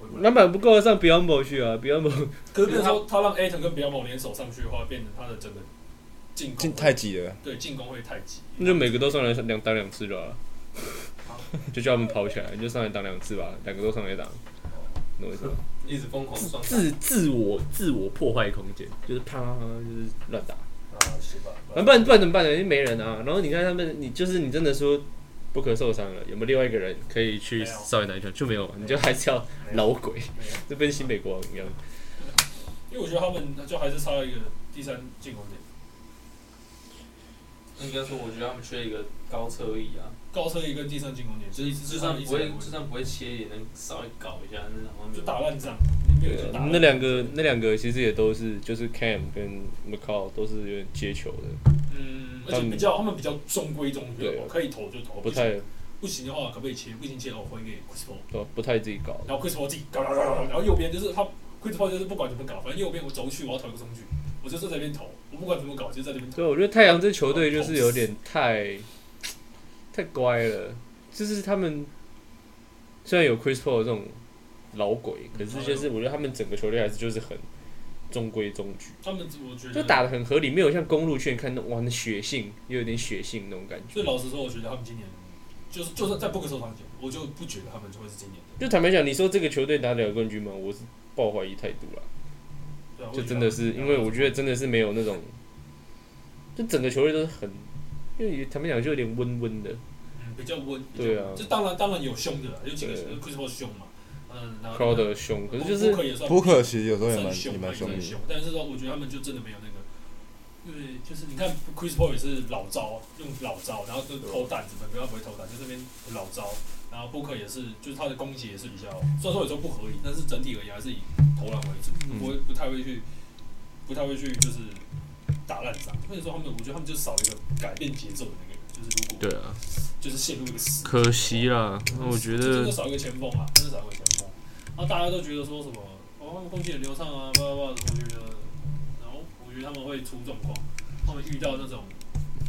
A: 回不来。
E: 篮板不够上 Biombo 去啊，Biombo
A: 可是变成说他让 Aton 跟比尔某联手上去的话，变成他的整个进攻
D: 进
A: 会
D: 太挤了，
A: 对进攻会太急。
E: 那就每个都上来两打两次就好了，啊就叫他们跑起来，你就上来挡两次吧，两个都上来挡，懂我意思吗？
C: 一直疯狂双打，
E: 自自我自我破坏空间，就是啪啪啪就是乱打。
A: 啊，是吧？
E: 啊，不然不然怎么办呢？因为没人啊。然后你看他们，你就是你真的说不可受伤了，有没有另外一个人可以去
A: 没有
E: 稍微拿一球？就没有嘛，你就还是要老鬼，就跟新美国王一样。
A: 因为我觉得他们就还是差一个第三进攻点。
C: 应该说，我觉得他们缺一个高侧翼啊，
A: 高车一个第三进攻点，
C: 就
A: 就是是
C: 就
A: 智
C: 算
A: 商一
C: 不
A: 直
C: 会
A: 很稳
C: 就算不会切，也能稍微搞一下，那好像没
A: 就
C: 有
A: 打烂仗，没有
E: 对
A: 就打
E: 啊
A: 烂，
E: 那两个那两个其实也都是，就是 Cam 跟 McCall 都是有点接球的，
A: 嗯，而且比较他们比较中规中矩
E: 对，
A: 可以投就投，
E: 不太
A: 不行的话可不可以切？不行切我回给 Chris Paul，
E: 对吧不太自己搞。
A: 然后 Chris Paul 自己搞搞搞搞，然后右边就是他 Chris Paul 就是不管怎么搞，反正右边我走去我要投一个中距，我就是在这边投，我不管怎么搞就在这边投。
E: 对，我觉得太阳这球队就是有点太太乖了，就是他们虽然有 Chris Paul 这种老鬼，可是就是我觉得他们整个球队还是就是很中规中矩，
A: 他们我觉得
E: 就打的很合理，没有像公路圈看那哇那血性，又有点血性那种感
A: 所以
E: 觉。
A: 老实说，我觉得他们今年就是就算在不可收场前，我就不觉得他们就会是今年的。
E: 就坦白讲，你说这个球队拿得了冠军吗？我是抱怀疑态度啦。
A: 对啊，
E: 就真的是，因为我觉得真的是没有那种，就整个球队都是很，因为他们讲就有点温温的
A: 嗯比较温，比较
E: 对啊
A: 就当然当然有凶的啦，有几个
E: 对
A: Chris Paul 凶嘛，嗯，然后
E: crowd 凶，可是就是
A: 也算
D: 扑克其实有时候也
A: 算
D: 蛮也
A: 凶，
D: 蛮 凶
A: 算
D: 的，
A: 凶，但是说我觉得他们就真的没有那个。对，就是你看 Chris Paul 也是老招，啊用老招，然后就
D: 啊
A: 偷弹子，本不要不会偷弹，就这边老招。然后 Booker 也是，就是他的攻击也是比较，虽然说有时候不合理，但是整体而言还是以投篮为主，
D: 嗯
A: 不会不太会去，不太会去就是打烂仗。所以说他们，我觉得他们就少一个改变节奏的那个人，就是如果
B: 对啊，
A: 就是陷入一个死
B: 可惜啦，那我觉
A: 真
B: 得
A: 的少一个前锋啊，真的少一个前锋。然后大家都觉得说什么，哦，他们空气很流畅啊，叭叭叭，我觉得，然后我觉得他们会出状况，他们遇到那种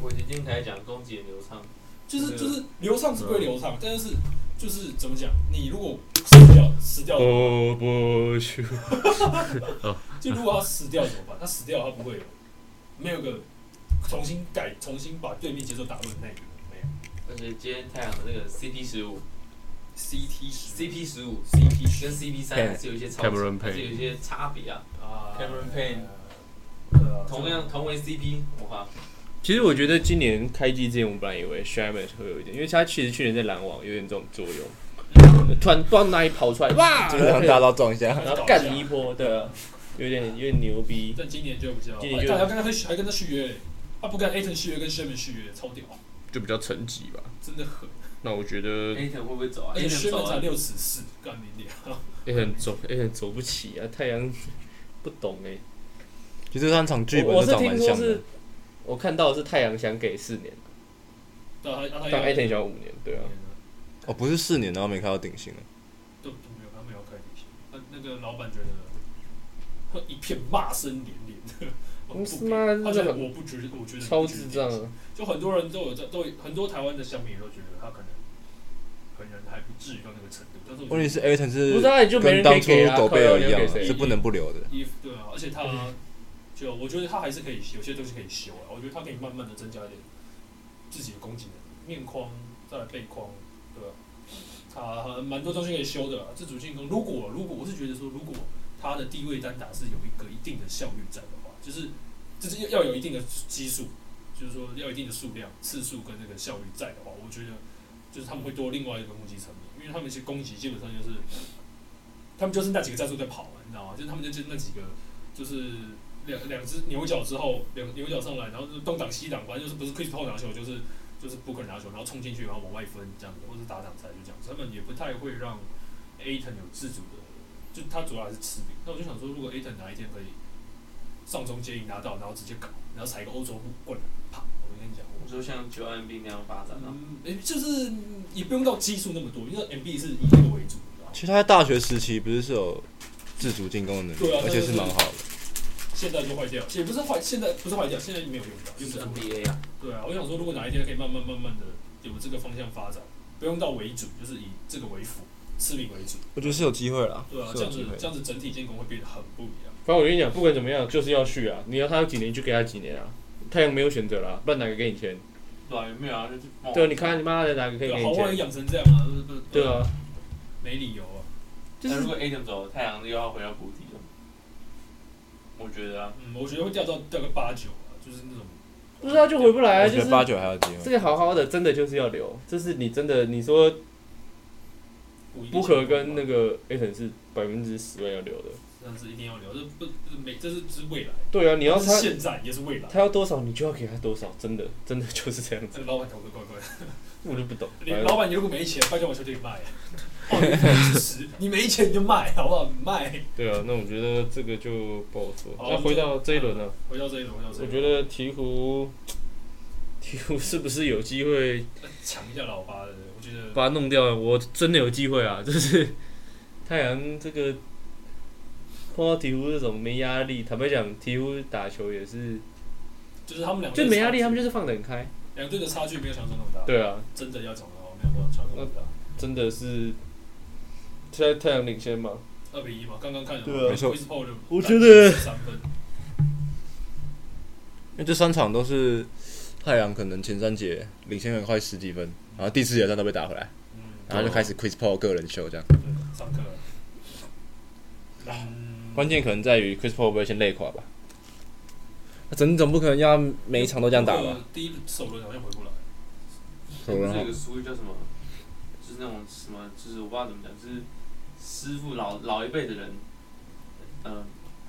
C: 我已经听台讲攻击也流畅，
A: 就是
C: 对
A: 就是流畅是归流畅，但是就是怎么讲，你如果死掉死掉，
B: 哦
E: 波波球，
A: 就如果他死掉怎么办？他死掉他不会有没有个重新改重新把对面节奏打乱的那个没有
C: 而且今天太阳的那个 CP 十五、
A: CT 十
C: CP 十五、CP 跟 CP 三
D: Payne
C: 还是有一些差，
B: Cameron
C: 还是有一些差别啊。
A: 啊
C: Cameron Payne
A: 对啊
C: 同样同为 CP，哇，
E: 其实我觉得今年开季之前，我本来以为 Sherman 会有一点，因为他其实去年在篮网有点这种作用，突然不知道哪里跑出来，哇，
D: 就是让大家都撞一下。
E: 然后干你一波，对啊，有点有点牛逼，
A: 但今年就比较，
E: 今年就
A: 大家刚刚还还跟他续约，他不跟 Aton 续约，跟 Sherman 续约，超屌，
B: 就比较沉寂吧。
A: 真的很。
E: 那我觉得
C: a t o n 会不会
E: 哎
C: 走啊
A: 而且
C: a t o
A: 哎 Sherman 才
C: 走
A: 六尺四，干你 娘！
E: 也欸很走，也很走不起啊，太阳不懂哎。
D: 其实这三场剧本
E: 我我
D: 都
E: 是
D: 长
E: 听
D: 蛮
E: 说
D: 像的
E: 是，，我看到的是太阳想给四年，
A: 对啊，
D: 哎
A: 他他
E: 但艾
A: 他
E: 腾想要五年，对啊，
D: 哦，不是四年，然后没看到顶薪了。
A: 都都没有，他没有开底薪。那那个老板觉得会一片骂声连连的，我 不
E: 是吗
A: 给他觉得我不觉得，我觉得
E: 超智障啊！
A: 就很多人都有在，都有很多台湾的乡民也都觉得他可能可能还不至于到那个程度，但是我
D: 问
A: 觉得
D: 题是 a t o n
E: 不
D: 是
E: 是啊，就没
D: 嗯跟
E: 人
D: 当
E: 可以
D: 初
E: 给啊，
D: 狗贝尔一
E: 靠腰要
D: 样
E: 给
D: 啊，
E: 谁
D: 是不能不留的。
A: 衣服对啊，而且他就我觉得他还是可以有些东西可以修啊，我觉得他可以慢慢的增加一点自己的攻击能力，面框再来背框，对吧、啊？他蛮多东西可以修的啦，自主进攻。如果如果我是觉得说，如果他的低位单打是有一个一定的效率在的话，就是就是要要有一定的基数，就是说要有一定的数量、次数跟那个效率在的话，我觉得就是他们会多另外一个攻击层面，因为他们其实攻击基本上就是他们就是那几个战术在跑啊，你知道吗？就是他们就就那几个就是两两只牛角之后，两牛角上来，然后就是东挡西挡，反正就是不是 Chris Paul 拿球，就是就是 Booker 拿球，然后冲进去，然后往外分这样子，或是打挡拆就这样子。他们也不太会让 Aton 有自主的，就他主要还是吃饼。那我就想说，如果 Aton 哪一天可以上中接应拿到，然后直接搞，然后踩个欧洲步过来，啪！我跟你讲，我
C: 你说像九 M B 那样发展啊？
A: 嗯，诶、就是嗯也不用到基数那么多，因为 MB 是以这个为主，你知道吗？
D: 其实他在大学时期不是是有自主进攻的能力
A: 对啊，
D: 而且是蛮好的。
A: 现在就坏掉，也不是坏，现在不是坏掉，现在没有用到，
C: 就
A: 用不
C: 是
A: 到。
C: NBA 啊，
A: 对啊，我想说，如果哪一天可以慢慢慢慢的有这个方向发展，不用到为主，就是以这个为辅，吃饼为主，
D: 我觉得是有机会啦，
A: 对啊，
D: 是
A: 这
D: 有
A: 样
D: 机
A: 子
D: 会
A: 这。样子整体建功会变得很不一样。
E: 反正我跟你讲，不管怎么样，就是要续啊！你要他有几年就给他几年啊！太阳没有选择啦，不然哪个给你签？
C: 对啊，有没有啊？就是
E: 对啊，你看你妈的哪个可以
A: 对啊，
E: 给
A: 好
E: 你
A: 不容易
E: 签？
A: 养成这样啊，对不
E: 对，啊，
A: 没理由啊。
E: 就
C: 那
E: 是
C: 如果 a t o n 走，太阳又要回到谷底了。我觉得啊，
A: 嗯，我觉得会掉到掉个八九啊，就是那种
E: 不知道就回不来啊！
D: 我
E: 就
D: 觉得
E: 是
D: 八九还有机会。
E: 这个好好的，真的就是要留。这是你真的，你说
A: 不一定
E: 布
A: 成功
E: 克
A: 啊
E: 跟那个 A 腾是百分之十万要留的，
A: 对但是一定要留，这不这每这是这是未来，
E: 对啊，你要
A: 这
E: 他
A: 是现在也是未来。
E: 他要多少，你就要给他多少，真的真的就是这样子，
A: 这个老板头的怪怪的，
E: 我就不懂。
A: 你
D: 哎
A: 老板你如果没钱，快叫我球队卖。 哦，你五十，你没钱你就卖，好不好？卖。
E: 对啊，那我觉得这个就不好说。
A: 好嗯
E: 那回到这一轮呢、
A: 啊回到这一轮，回到这一轮，
E: 我觉得鹈鹕， 鹈鹕是不是有机会
A: 呃抢一下老八的，我觉得
E: 把它弄掉？啊我真的有机会啊！ 就是太阳这个碰到鹈鹕这种没压力，坦白讲，鹈鹕打球也是
A: 就是他们两个
E: 就没压力，他们
A: 就
E: 就是放得很开。
A: 两队的差距没有想象那么大。，
E: 对啊，
A: 真的要讲的话，没有办法想象那么大。
E: 真的是现在太阳领先嘛？
A: 二比一嘛，刚刚看了，
D: 对啊没错
A: Chris Paul 的
D: 我觉得
A: 三分，
D: 因为这三场都是太阳可能前三节领先很快十几分，然后第四节战都被打回来，
A: 嗯，
D: 然后就开始 Chris Paul 个人秀这样。
A: 对，上课了。嗯，
E: 关键可能在于 Chris Paul 会不会先累垮吧？
D: 那总啊总不可能要每一场都这样打吧？？
A: 第一首轮好像回不来，
D: 首轮
C: 不是
D: 好
A: 啊
C: 有个俗语叫什么？就是那种什么，就是我不知道怎么讲，就是师傅老老一辈的人，嗯、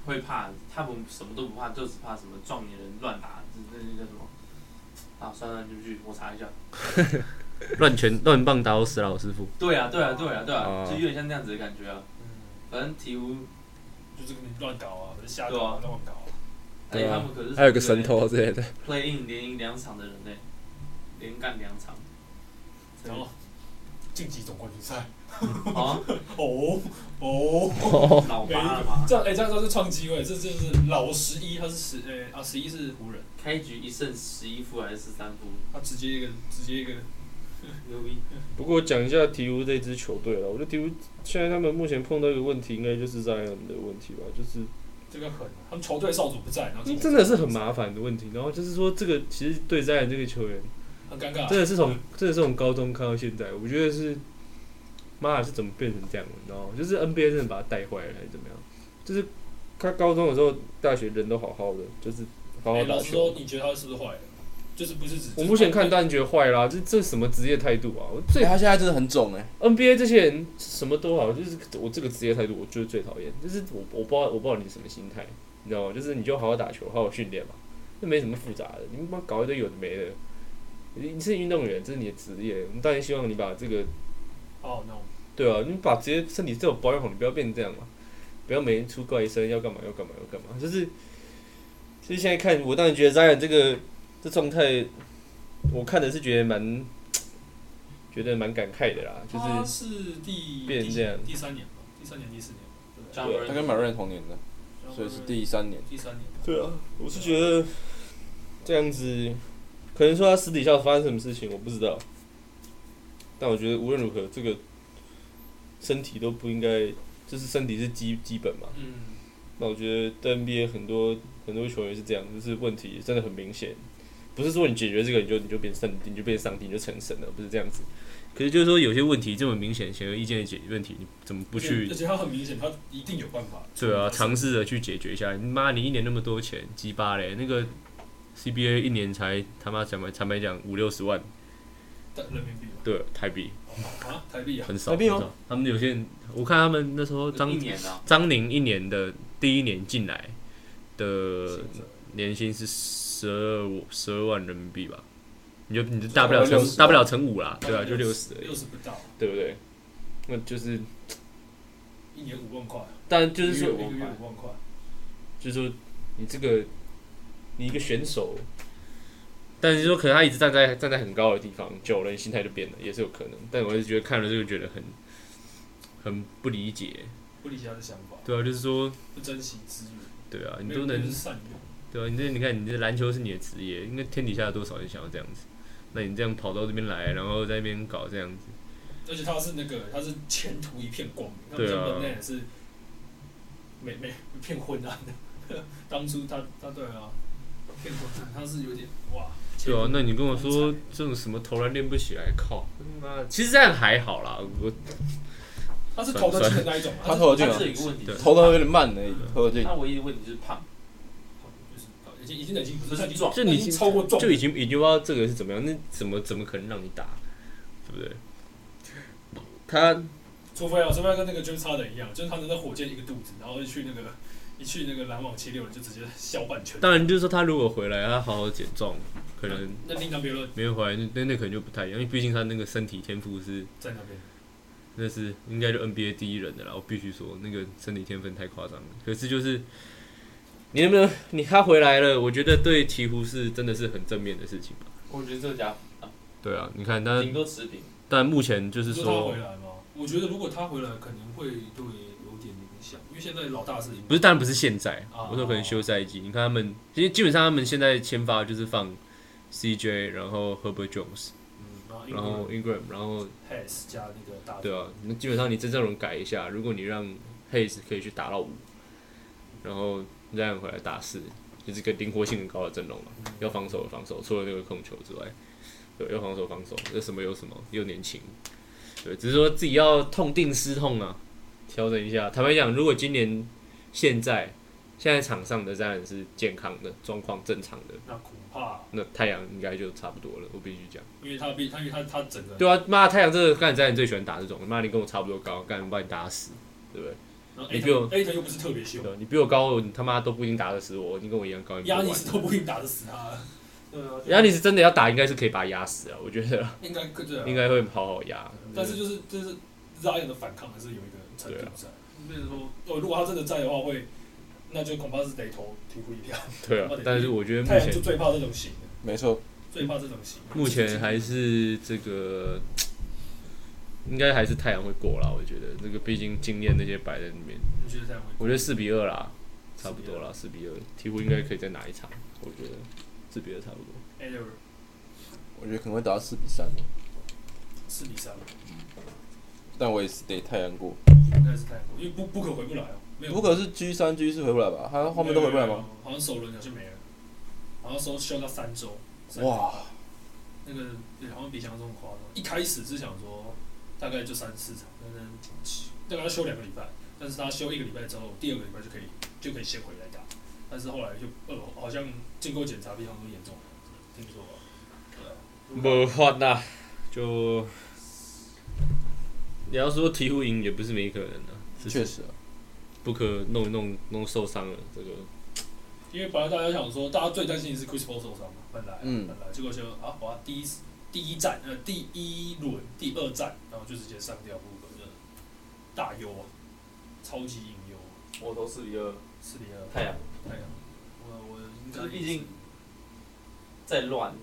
C: 会怕，他们什么都不怕，就只怕什么壮年人乱打，就是那那叫什么？啊，算了，你们去，我查一下。
B: 乱拳乱棒打我死老师傅。
C: 对啊，对啊，对啊，对啊，
D: 哦
C: 就有点像那样子的感觉啊。
A: 嗯，
C: 反正鹈鹕，
A: 就是跟你乱搞啊，瞎
C: 对
A: 搞
C: 啊
A: 乱搞。
C: 而
D: 对
C: 且
D: 啊
C: 哎他们可是
D: 还有个神偷之类的，
C: play in 连赢两场的人呢、连干两场。
A: 然后晋级总冠军赛，
C: 啊，
A: 哦哦，
C: 老
A: 没
C: 八了嘛，
A: 这样哎，这样算是创机会，这这是老十一，他是十哎啊十一是湖人，
C: 开局一胜十一负还是十三负，
A: 他直接一个直接一个
C: 牛逼！
E: 不过讲一下鹈鹕这支球队了，我觉得鹈鹕现在他们目前碰到一个问题，应该就是在他们的问题吧，就是
A: 这个狠，他们球队少主不在，然后
E: 因为嗯真的是很麻烦的问题。然后就是说，这个其实对战这个球员，
A: 很尴尬，哎
E: 真的是从真的是从高中看到现在，我觉得是妈的是怎么变成这样的，你知道吗？就是 NBA 真的把他带坏了还是怎么样？就是他高中的时候，大学人都好好的，就是好好
A: 哎
E: 打
A: 老实说
E: 球，。
A: 你觉得他是不是坏人？就是不是指
E: 我目前看，
A: 到
E: 当然觉得坏啦，这这什么职业态度啊？我最
D: 对，他现在真的很肿哎。
E: NBA 这些人什么都好，就是我这个职业态度，我就是最讨厌。就是我我不知道我不知道你是什么心态，你知道吗？就是你就好好打球，好好训练嘛，那没什么复杂的。你他妈搞一堆有的没的，你你是运动员，这是你的职业，我们当然希望你把这个
A: 哦 no，
E: 对啊，你把职业身体这种保养好，你不要变成这样嘛，不要每天出怪声，要干嘛要干嘛要干嘛，就是就是现在看，我当然觉得 Zion 这个这状态，我看的是觉得蛮觉得蛮感慨的啦，就是。
A: 他是第
E: 变
A: 第
E: 这样
A: 第三年吧，第三年第四年吧，
C: John
D: 他跟
C: Moran，
D: 马瑞同年的，
A: 对啊
D: 啊所以是第三年。
A: 第三年吧，
E: 对啊，我是觉得这样子，可能说他私底下发生什么事情，我不知道。但我觉得无论如何，这个身体都不应该，就是身体是基基本嘛。
A: 嗯。
E: 那我觉得在 NBA 很多很多球员是这样，就是问题真的很明显，不是说你解决这个你就你就变圣，你就变上帝，你就成神了，不是这样子。
B: 可是就是说，有些问题这么明显、显而易见的解问题，你怎么不去
A: 嗯而？且他很明显，他一定有办法。
B: 对啊，尝试着去解决一下。你妈，你一年那么多钱，鸡巴嘞！那个 CBA 一年才他妈讲白坦白讲五六十万，
A: 但人民币嘛，
B: 对台币
A: 啊，台币啊，
B: 很少。
D: 台币吗
B: 很少他们有些人，我看他们那时候张
C: 哦一年啊，
B: 张宁一年的第一年进来的
E: 呃
A: 是不是
B: 年薪是十二十二万人民币吧？你就你就大不了
D: 差不多
B: 乘
D: 60
B: 大不了乘五啦，对啊，就六
A: 六
B: 十而已
A: 六。十不到，
E: 对不对？那就是，
A: 一年五万块，
E: 但就是说
C: 一
A: 一
C: 个月
A: 个月五万块，
E: 就是说你这个你一个选手，但是说可能他一直站在站在很高的地方，久了你心态就变了，也是有可能。但我是觉得看了这个觉得很很不理解，
A: 不理解他的想法，
B: 对啊，就是说，
A: 不珍惜资源，
B: 对啊，你
A: 没
B: 都
A: 有就
B: 能
A: 是善用。
B: 对啊，你这你看，你这篮球是你的职业，应该天底下有多少人想要这样子？那你这样跑到这边来，然后在那边搞这样子，
A: 而且他是那个，他是前途一片光明，他们
B: 对啊
A: 本来也是没没一片昏暗的。 当初他他对啊，一片昏暗，他是有点哇。
B: 对啊，
A: 前途
B: 那你跟我说
A: 很惨
B: 这种什么投篮练不起来，靠，他妈的，其实这样还好啦，我
A: 他是投得进的那一种啊，
D: 他
A: 是
D: 投得进
C: 他
D: 啊
C: 是有一个问题，
B: 对
D: 投的有点慢而已，投的进。
C: 他唯一的问题就是胖，
A: 就是已经已经已经不
C: 不
A: 是
C: 是壮，
B: 就
A: 已
B: 你
A: 经超过壮
B: 就已经已经不知道这个是怎么样，那怎么怎么可能让你打，对不对？他
A: 除非啊，除非要跟那个 James Harden 一样，就是他能在火箭一个肚子，然后一去那个一去那个篮网七六人就直接削半圈。
E: 当然就是说他如果回来，他好好减重，可能
A: 那另当别论，
E: 没有回来，那那那可能就不太一样，因为毕竟他那个身体天赋是
A: 在那边。
E: 那是应该就 NBA 第一人的啦，我必须说那个身体天分太夸张了。可是就是你能不能你他回来了，我觉得对鹈鹕是真的是很正面的事情吧。
C: 我觉得这家
E: 对啊，你看他，
C: 顶多持平，
E: 但目前就是
A: 你说他
E: 说
A: 回来吗？我觉得如果他回来，可能会对有点影响，因为现在老大是赢
E: 不是，当然不是现在
A: 哦，
E: 我说可能休赛季。你看他们，其实基本上他们现在签发就是放 CJ，然后 Herbert Jones，
A: 嗯，然后英
E: 然后
A: 国
E: Ingram，然后
A: Has 加那个大，
E: 对啊，那基本上你真正容改一下，如果你让 Hayes 可以去打到五，然后这样回来打四，就是个灵活性很高的阵容嘛。要防守有防守，除了那个控球之外，对，要防守有防守，有什么有什么，又年轻，对，只是说自己要痛定思痛啊，调整一下。坦白讲，如果今年现在现在场上的当然是健康的状况正常的，
A: 那恐怕
E: 那太阳应该就差不多了，我必须讲。
A: 因为他被他因为他他整个
E: 对啊，妈太阳这个干在你最喜欢打这种，妈你跟我差不多高，干我把你打死，对不对？
A: 然后
E: 你给我
A: A 腾又不是特别秀
E: 对，啊吧你比我高，你他妈都不一定打得死我，你跟我一样高，你不
A: 亚
E: 会
A: 尼
E: 玩。
A: 斯都不一定打得死他。对啊，
E: 亚尼斯真的要打，应该是可以把他压死啊，我觉得
A: 应该对啊，
E: 应该会好好压。
A: 但是就是就是 Zion 的反抗还是有一个程度
E: 对啊
A: 在，就是说，哦，如果他真的在的话，会那就恐怕是得投鹈鹕一票。
E: 对啊，但是我觉得
A: 太
E: 目
A: 阳就
E: 前
A: 最怕这种型的，
D: 没错，
A: 最怕这种型。
E: 目前还是这个，应该还是太阳会过啦。我觉得这个毕竟经验那些摆在里面，
A: 你觉得太阳会？
E: 我觉得四比二啦，差不多啦，四比二，鹈鹕应该可以再拿一场，我觉得四比二差不多。
A: 哎，六
D: 我觉得可能会打到四比三，
A: 四比三，
D: 但我也是得太阳过。
A: 应该是太阳，因为不不可回不来哦，没有
D: 不可是 G 三 G 四回不来吧？他后面都回不来吗？？
A: 好像首轮好像没了，好像说休到三周。三周
D: 哇，
A: 那个对，好像比想象中夸张。一开始是想说大概就三四场，但是大概要休两个礼拜，但是他休一个礼拜之后，第二个礼拜就可以就可以先回来打，但是后来就呃好像经过检查比想中严重，听说吧？对啊，
E: 没法啦，就你要说鹈鹕赢也不是没可能的、只
D: 确
E: 是
D: 实啊，
E: 不可弄一弄弄受伤了，这个
A: 因为本来大家想说，大家最担心的是 Chris Paul 受伤嘛，本来、
D: 嗯
A: 本来结果就啊，哇，第一第一站呃第一轮第二站，然后就直接上掉布格，真的大忧啊，超级隐忧，
C: 我投四比二，
A: 四比二。
C: 太阳
A: 太阳，我我应该
C: 就是毕竟再乱，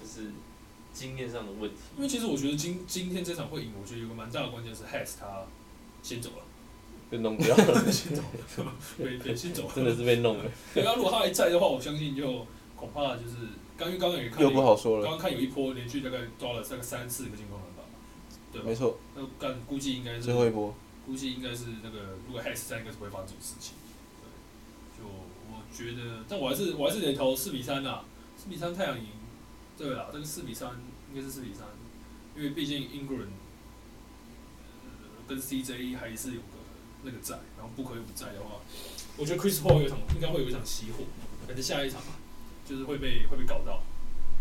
C: 就是经验上的问题。
A: 因为其实我觉得今今天这场会赢，我觉得有个蛮大的关键是 Has 他先走 了，
E: 被弄掉，
A: 先走了，对对，先走了。
E: 真的是被弄了。
A: 对啊，如果他还在的话，我相信就恐怕就是刚因为刚刚也看
D: 又不，好说
A: 刚刚
D: 了。
A: 看有一波连续大概抓了大概三四个进攻篮板，对
D: 没
A: 吧？
D: 错，
A: 那但呃估计应该是
D: 最后一波，
A: 估计应该是那个，如果 Has 在，应该是不会发生这种事情。对，就我觉得，但我还是我还是得投四比三啦，四比三太阳赢，对啦，这个四比三应该是四比三，因为毕竟英国人、呃、跟 CJ 还是有个那个在，然后布克又不在的话，我觉得 Chris Paul 有一场应该会有一场熄火，可能下一场吧，就是会被会被搞到，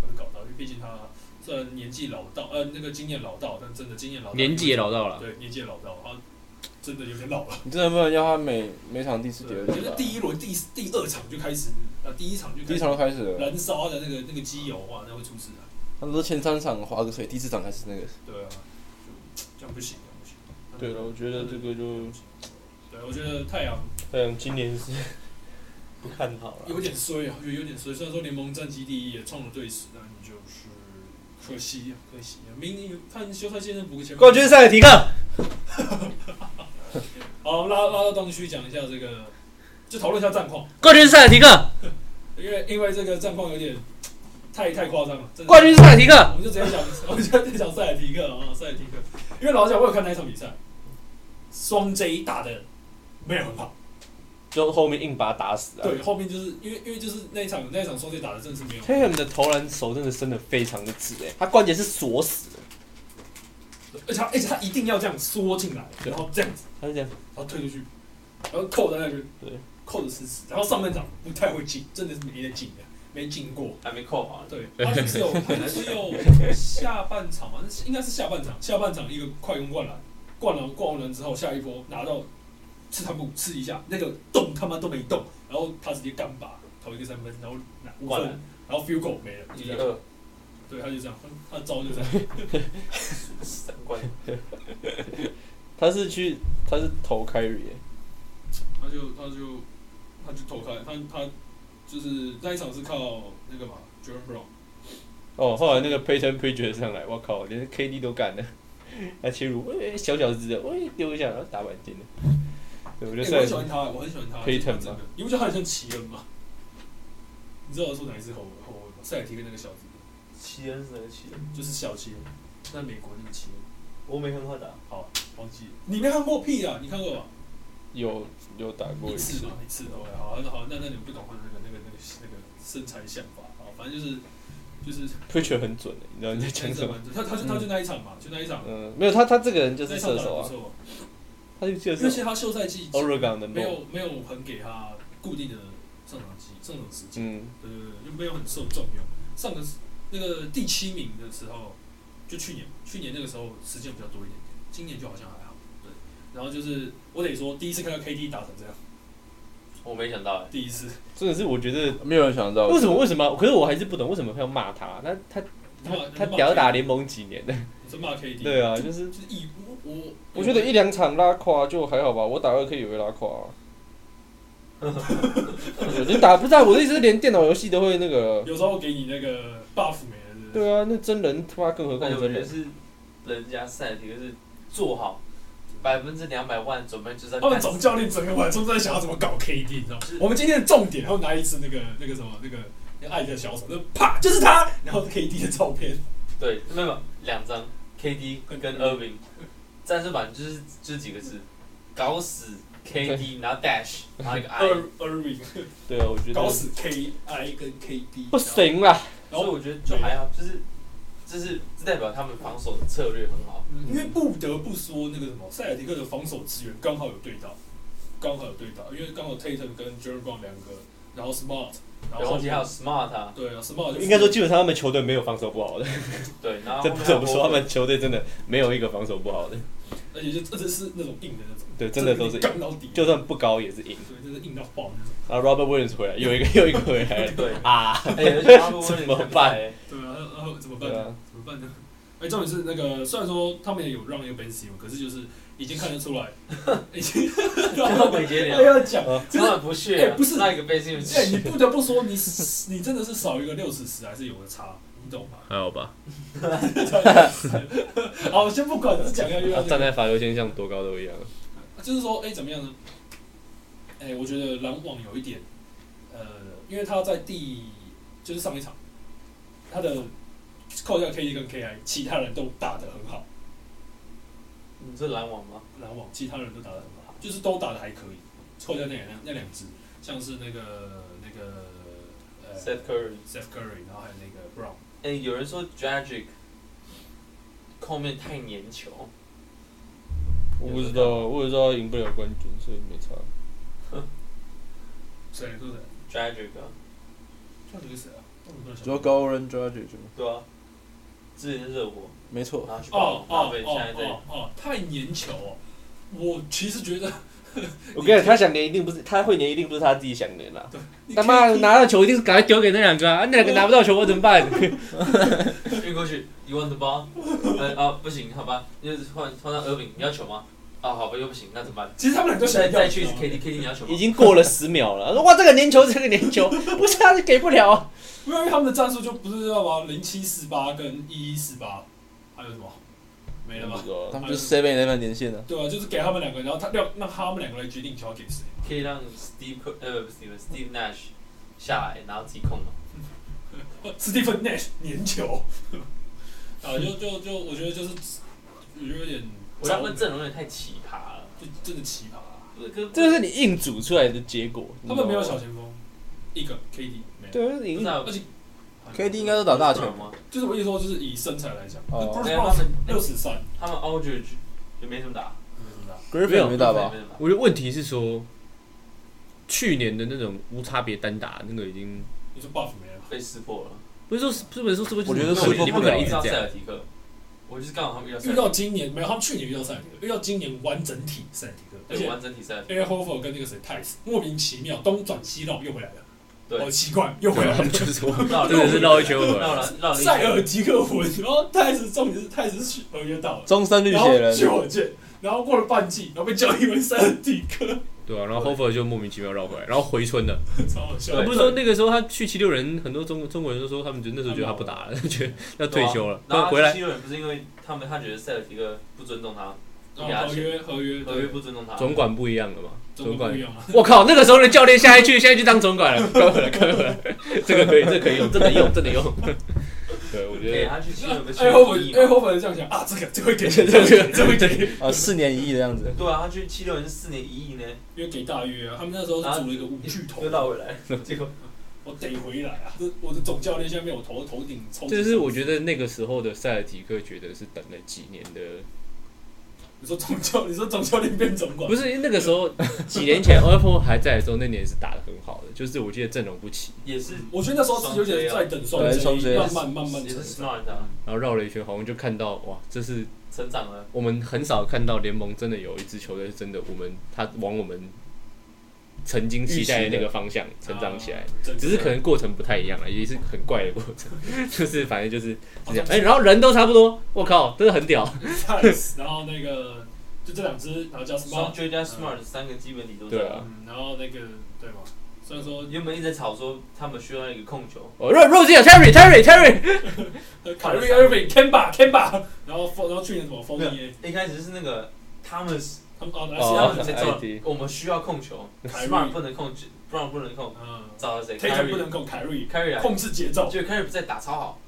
A: 会被搞到，因为毕竟他虽然年纪老道，呃，那个经验老道，但真的经验老道，
E: 年纪也老到了，
A: 对，年纪也老到，他真的有点老了。
D: 你真的不能要他每每场第四节
A: 对，
D: 都
A: 就是
D: 打，
A: 第一轮、第第二场就开始，啊，第一场就
D: 第
A: 开
D: 一
A: 始
D: 场就开始了，
A: 燃烧的那个那个机油，哇，那会出事啊！
D: 他们说前三场划个水，第四场还是那个。
A: 对啊，就这样不行，这
E: 对
A: 样
E: 了，我
A: 不行。
E: 觉得这个就
A: 对，我觉得太阳
E: 太阳今年是
C: 不看好了。
A: 有点衰啊，我觉得有点衰。虽然说联盟战绩第一也创了队史，但就是可惜啊，可惜啊。明年有看休赛期能补个前
E: 冠军赛的提克，
A: 好，我们拉拉到东区讲一下这个，就讨论一下战况，
E: 冠军赛的提克，
A: 因为因为这个战况有点太太夸张了。真的
E: 冠军赛的提克，
A: 我们就直接讲，我们就直接讲塞尔提克啊，塞尔提克。因为老实讲，我有看那一场比赛，双 J 打的没有很好。
E: 就后面硬把他打死啊。
A: 对，后面就是因为因为就是那一场那一场双 J 打的真的是没有。
E: t a m 的投篮手真的伸的非常的直哎、他关节是锁死的，
A: 而且他而且他一定要这样缩进来，然后这样子，
E: 他是这样，
A: 然后推出去，然后扣在那边，
E: 对，
A: 扣的死死。然后上半场不太会进，真的是没得进的，没进过。
C: 还没扣好，
A: 对，他就只有他就只有下半场嘛，那是应该是下半场，下半场一个快攻灌篮，灌篮灌完人之后，下一波拿到刺他姆刺一下，那个动他妈都没动，然后他直接干拔投一个三分，然后拿五
C: 灌
A: 分
C: 篮，
A: 然后 field goal 没了，就
C: 一
A: 这样。
C: 二
A: 对，他就这样，他的招就这样。
C: 三关，
E: 他是去他是投 k y r
A: 他就他就他就投开，他他就是那一场是靠那个嘛 j e r m Brown，
E: 哦，后来那个 Payton Pritchard 上来，我靠，连 KD 都干了， 他切入，喂、小小只的，喂、丢一下，然后打板进了。对，我觉
A: 欸
E: 得
A: 我很喜
E: 算
A: 欢他，我很喜欢他。
E: Payton
A: 就是他真的，你不觉得他很像奇恩吗？你知道我说哪一只后卫后卫吗？塞尔提克那个小子，
C: 七人是哪个七人？
A: 就是小奇恩，在美国那个奇恩，
C: 我没看他打，
A: 忘记了。你没看过屁啊？你看过吧？
E: 有有打过
A: 一
E: 一
A: 次
E: 次
A: 嘛，，一次。OK，好，啊那好，那那你们不懂那个那个那个那个身材想法，好，反正就是就是。
E: Pritchard 很准的，你知道你在讲什么？
A: 他他就他就那一场嘛，就那一场，
E: 嗯，没有他他这个人就
A: 那
E: 是
A: 一场
E: 射
A: 打得
E: 手
A: 不
E: 啊，
A: 错。
E: 他就就
A: 而且
E: 是哦
A: 他休赛季
E: Oregon 的
A: 没
E: 梦，
A: 有没有很给他固定的上场机上场时间，
E: 嗯，
A: 对对对，就没有很受重用。上个那个第七名的时候，就去年去年那个时候时间比较多一点点，今年就好像还好。对，然后就是我得说，第一次看到 KD 打成这样，
C: 我没想到哎、
A: 第一次，
E: 真的是我觉得
D: 没有人想到
E: 为什么为什么？可是我还是不懂为什么要骂他，他他
A: 你骂啊
E: 他他
A: 你骂
E: 屌打
A: KD
E: 联盟几年的？
A: 你是骂 KD，
E: 对，啊，就是
A: 就是以我我
E: 我觉得一两场拉胯就还好吧，我打二 K 也会拉胯、啊。 你打不在我的意思是连电脑游戏都会那个。
A: 有时候给你那个 buff 没了，对不对？
E: 对啊，那真人他妈更何
C: 而
E: 况
C: 且我
E: 真
C: 觉得
E: 人。
C: 是人家赛提克是做好百分之两百万准备，就是要
A: 他们
C: 干
A: 哦总教练整个晚上都在想要怎么搞 KD，你知道吗？我们今天的重点，然后拿一次那个那个什么那个那个爱的小手，就啪，就是他，然后 KD 的照片，
C: 对，没有没有两张 KD 跟 Irving 战术版就是就是几个字，搞死 KD，然后 dash，然后一个 I，
A: 二二 r
E: 对啊，我觉
A: 搞
E: 得
A: 死 KI 跟 KD，
E: 不行啦。
A: 然
C: 所以
A: 后
C: 我觉得就还好，就是就是这代表他们防守的策略很好。
A: 嗯因为不得不说那个什么塞尔提克的防守资源刚好有对到，刚好有对到，因为刚好 Tatum 跟 j e r m Brown 两个，然后 Smart，然
C: 然后
A: 后
C: 后期还有 Smart 啊，
A: 对啊 Smart 就
E: 应该说基本上他们球队没有防守不好的，
C: 对，然后
E: 这
C: 后
E: 不得
C: 面还有
E: 不说，他
C: Bogdan
E: 们球队真的没有一个防守不好的。
A: 而且就这是那种硬的那种，
E: 对，真的都是
A: 杠
E: 赢，
A: 到底，
E: 就算不高也是赢。
A: 对，就是硬到爆那种。
E: 啊，Robert Williams 回来又一个 又一个回来了
C: 对，
E: 啊，
C: 哎而且他们
E: 怎么办
C: 哎
A: 对啊，然后怎么办
E: 对
A: 呢？
E: 啊，
A: 怎么办呢？ 哎、重点是那个，虽然说他们也有让一个 Ben s i m o 可是就是已经看得出来，已 经
C: 然后美杰
A: 哎
C: 连
A: 要讲，哎、
C: 充满不屑
A: 哎
C: 啊，
A: 不是
C: 那一个被进去，
A: 你不得不说你，你真的是 少一个六十十还是有个差，你懂吗？
B: 还好吧？
A: 好，先不管是讲要又要
E: 他
A: 这
E: 啊站
A: 个，
E: 在罚球线上多高都一样。
A: 就是说，哎、怎么样呢？哎、我觉得篮网有一点，呃，因为他在第就是上一场，他的扣掉 KD 跟 KI，其他人都打得很好，
C: 你是篮网吗？
A: 篮网其他人都打得很好，就是都打得还可以，错掉那两那两只，像是那个那个呃
C: Seth Curry
A: Seth Curry，然后还有那个 Brown，
C: 哎、有人说 Dragic 后面太粘球，
E: 我不知道，我也知道他赢不了冠军，所以没差。
A: 谁对不对？
C: Dragic 啊，
A: 这样子是谁啊？我怎么突然想
D: 主要
A: 不到
D: Go Ren Dragic 吗？
C: 对啊，之前是热火，
D: 没错，
C: 然后去
A: 哦哦
C: 报报备，现在
A: 哦
C: 在
A: 哦哦，太粘球哦！我其实觉得
E: 我跟你讲，他想粘一定不是，他会粘一定不是他自己想粘啦。
A: 你
E: 他妈
A: KD
E: 拿到球一定是赶快丢给那两个啊，那两个拿不到球我怎么办？
C: 运过去，You want the ball？呃啊，不行，好吧，就是换换到 Irving，你要球吗？啊，好吧，又不行，那怎么办？
A: 其实他们俩都想
C: 再
A: 要
C: 再去
A: 你知道吗
C: KD，KD 你要球吗
E: 已？经过了十秒了，说哇这个粘球这个粘球，不是他是给不了啊。
A: 没有因为他们的战术就不是知道吗？零七四八跟一一四八，还有什么没了吗？
D: 他们就是 Seven Eleven 连线啊。
A: 对啊，就是给他们两个，然后他让让他们两个来决定球要给谁。
C: 可以让 Steve Cur- 呃不是 Steve Steve Nash 下来，然后自己控嘛。
A: 呃 Stephen Nash 粘球， 啊，就就就我觉得就是有点，
C: 我觉得他们阵容有点太奇葩了，
A: 就真的奇葩啊、
C: 不是跟
E: 这是你硬组出来的结果。
A: 他们没有小前锋，一个 KD 没有，
E: 对，就是你
C: 不是
E: 硬
C: 啊
A: 而且
D: KD 应该都打大球
C: 不是吗？
A: 就是我一直说就是以身材来讲，
D: 哦
A: 不
C: 没
A: 是
C: 有他们
A: 六十三，
C: 他们 Aldridge 也没怎么打，
E: 没有
D: Griffin 没打吧
C: 没？怎么
E: 我觉得问题是说，去年的那种无差别单打那个已经
A: 你说 buff 没了
C: 打，被识破了。
E: 不是说是不是说是不是
D: 我觉得
E: 就是
D: 是
E: 你不可能一直
C: 知道
E: 这
C: 塞
E: 样
C: 尔。提克，我就是刚好他们遇到赛
A: 遇到今年没有，他们去年遇到塞尔提克，遇到今年完整体塞尔提克，而
C: 对
A: 且
C: 完整体赛，
A: a i r h o f e r 跟那个谁泰斯莫名其妙东转西绕又回来了，
C: 对
A: 好奇怪，又回来
B: 他
A: 了。
B: 们就是我，
C: 绕
E: 真的是绕一圈回
C: 绕
E: 来。
C: 了绕了一
A: 塞尔
C: 圈，
A: 提克魂，然后泰斯重点是泰斯去合约到了，
D: 中山绿
A: 然
D: 血
A: 后去
D: 人，
A: 火箭，然后过了半季，然后被交易为塞尔提克，
E: 对啊，然后 Hofer 就莫名其妙绕回来，然后回村了。
A: 超好笑
C: 对。
E: 不是说那个时候他去七六人，很多中中国人都说他们觉得那时候觉得他不打了， 觉得要退休了，
C: 然
E: 那
C: 后
E: 回来
C: 七六人不是因为他们他觉得塞尔提克不尊重他，
A: 然后合约合约
C: 合约
A: 对，
C: 不尊重他，
E: 总管不一样了嘛。
A: 总
E: 总
A: 管不
E: 管
A: 一，样嘛。
E: 我靠，那个时候的教练现在去现在去当总管了， 可以了，可以了，这个可以，这个可以用，真的用，真的用。 对，我觉
C: 给
E: 得
C: 他去七六人不是
A: 哎，后本
C: 有意义
A: 哎，
C: 吗？
A: 后本这样想啊，这个这会给钱，这会给钱这会给钱，
D: 啊，四年一亿的样
A: 哎
D: 子，
C: 对啊，他去七六人是四年一亿呢，
A: 因为给大约啊，他们那时候组了一个五巨头
E: 啊
C: 又，绕回 来，结果
A: 我得回来啊！这我的总教练下面我头头顶抽，
E: 就是我觉得那个时候的塞尔提克觉得是等了几年的，
A: 你说总教， 你说总教练变总管，
E: 不是那个时候几年前 Apple 还在的时候，那年是打的很好的，就是我记得阵容不齐，
C: 也是
A: 我觉得那时候是有点
E: 啊
A: 在等双
D: 对双
A: J，
D: J
A: 慢慢慢慢
C: 也是
A: 成
C: smart 啊，
E: 然后绕了一圈，好像就看到哇，这是
C: 成长了，
E: 我们很少看到联盟真的有一支球队是真的，我们他往我们曾经期待的那个方向成长起
D: 啊
E: 来，，
A: 整个
E: 只是可能过程不太一样了，也是很怪的过程， 就是反正就是这样。哎、然后人都差不多，我靠，真的很屌。
A: Tice，然 后那个就这两只，然后加 smart，
C: 双 J 加 smart 三个基本体都在
E: 对啊
A: 嗯，然后那个对吧？虽然说
C: 原本一直在吵说他们需要一个控球，
E: 哦，Rose Rose Terry Terry Terry，
A: 凯瑞 Irving、Kemba、Kemba，然后然后去年怎么封
C: 没有
A: 耶？
C: 一开始是那个他们是
A: 他们哦，那
C: 他们
A: 是
C: 在
E: 艾
C: 找
E: 迪
C: 我们需要控球
A: Kyrie
C: ，smart 不能控制，brown 不能
E: 哎
C: 控，
A: 他们
C: 找了谁
A: 嗯，Tatum 不
C: ？Carry
A: 能控，凯瑞
C: Carry 来，
A: 控制节奏，
C: 就 Carry 在打超 好，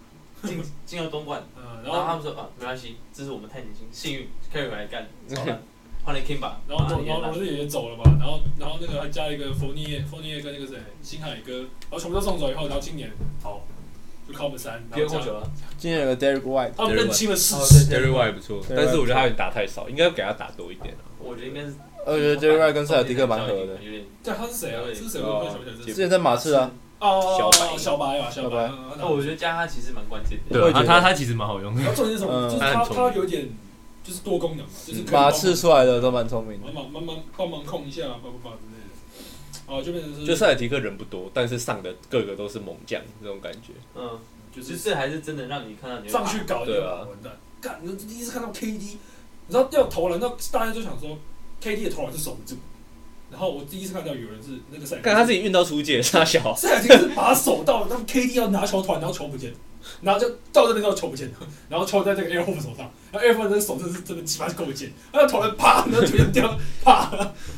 C: 进进到东莞，
A: 嗯，
C: 然
A: 然
C: 后他
A: 后
C: 们说啊没关系，这是我们太年轻，幸运 Carry 来 干，好了，换了 Kimba，
A: 然后
C: 马上
A: 罗
C: 也
A: 然后
C: 烂
A: 罗志啊也走了嘛，然后然后那个还加一个冯涅冯涅跟那个谁新海哥，然后全部都送走以后，然后今年好就靠我们三，然
C: 不用
A: 后
C: 控
A: 加
C: 球了，
D: 今年有个 Derek White，
A: 他们认清了事
C: 哦
A: 实，
C: 对
E: Terry Y 不错，但是我觉得他有点打太少，应该要给他打多一点啊。
C: 我觉得应该是，
D: 呃我觉得 Derek White 跟塞尔迪克蛮合的，
C: 有点，
A: 对，他是谁啊？这是谁？我不知道想不起来这
D: 之
A: 是谁。
D: 前在马刺啊，
A: 哦，
E: 小白
A: 小白啊，小白。嗯
C: 哦那我觉得加他其实蛮关键的，
D: 我也觉得
E: 啊他其实蛮好用
A: 然后重点是什么？
D: 嗯
A: 就是他他有点就是多功能嘛，就是可以
D: 马刺出来的都蛮聪明的
A: 帮，忙帮忙帮忙帮忙控一下，叭叭叭之类的。哦，就变成是
E: 就塞尔提克人不多，但是上的个个都是猛将这种感觉。
C: 嗯，
A: 就
C: 就是是还是真的让你看到你会
A: 上去搞一
E: 对啊
A: 个完蛋。干，你第一次看到 KD，你知道要投篮，那大家就想说 KD 的投篮是守不住。然后我第一次看到有人是那个赛，
E: 看他自己运到出界，傻小。
A: 赛尔就是把手到，他们 KD 要拿球团，然后球不见了，然后就到这边之后球不见了，然后球在这个 Air Home 手上，然后 Air Home 的手真的是真的鸡巴够贱，然后投篮啪，然后球就掉，啪，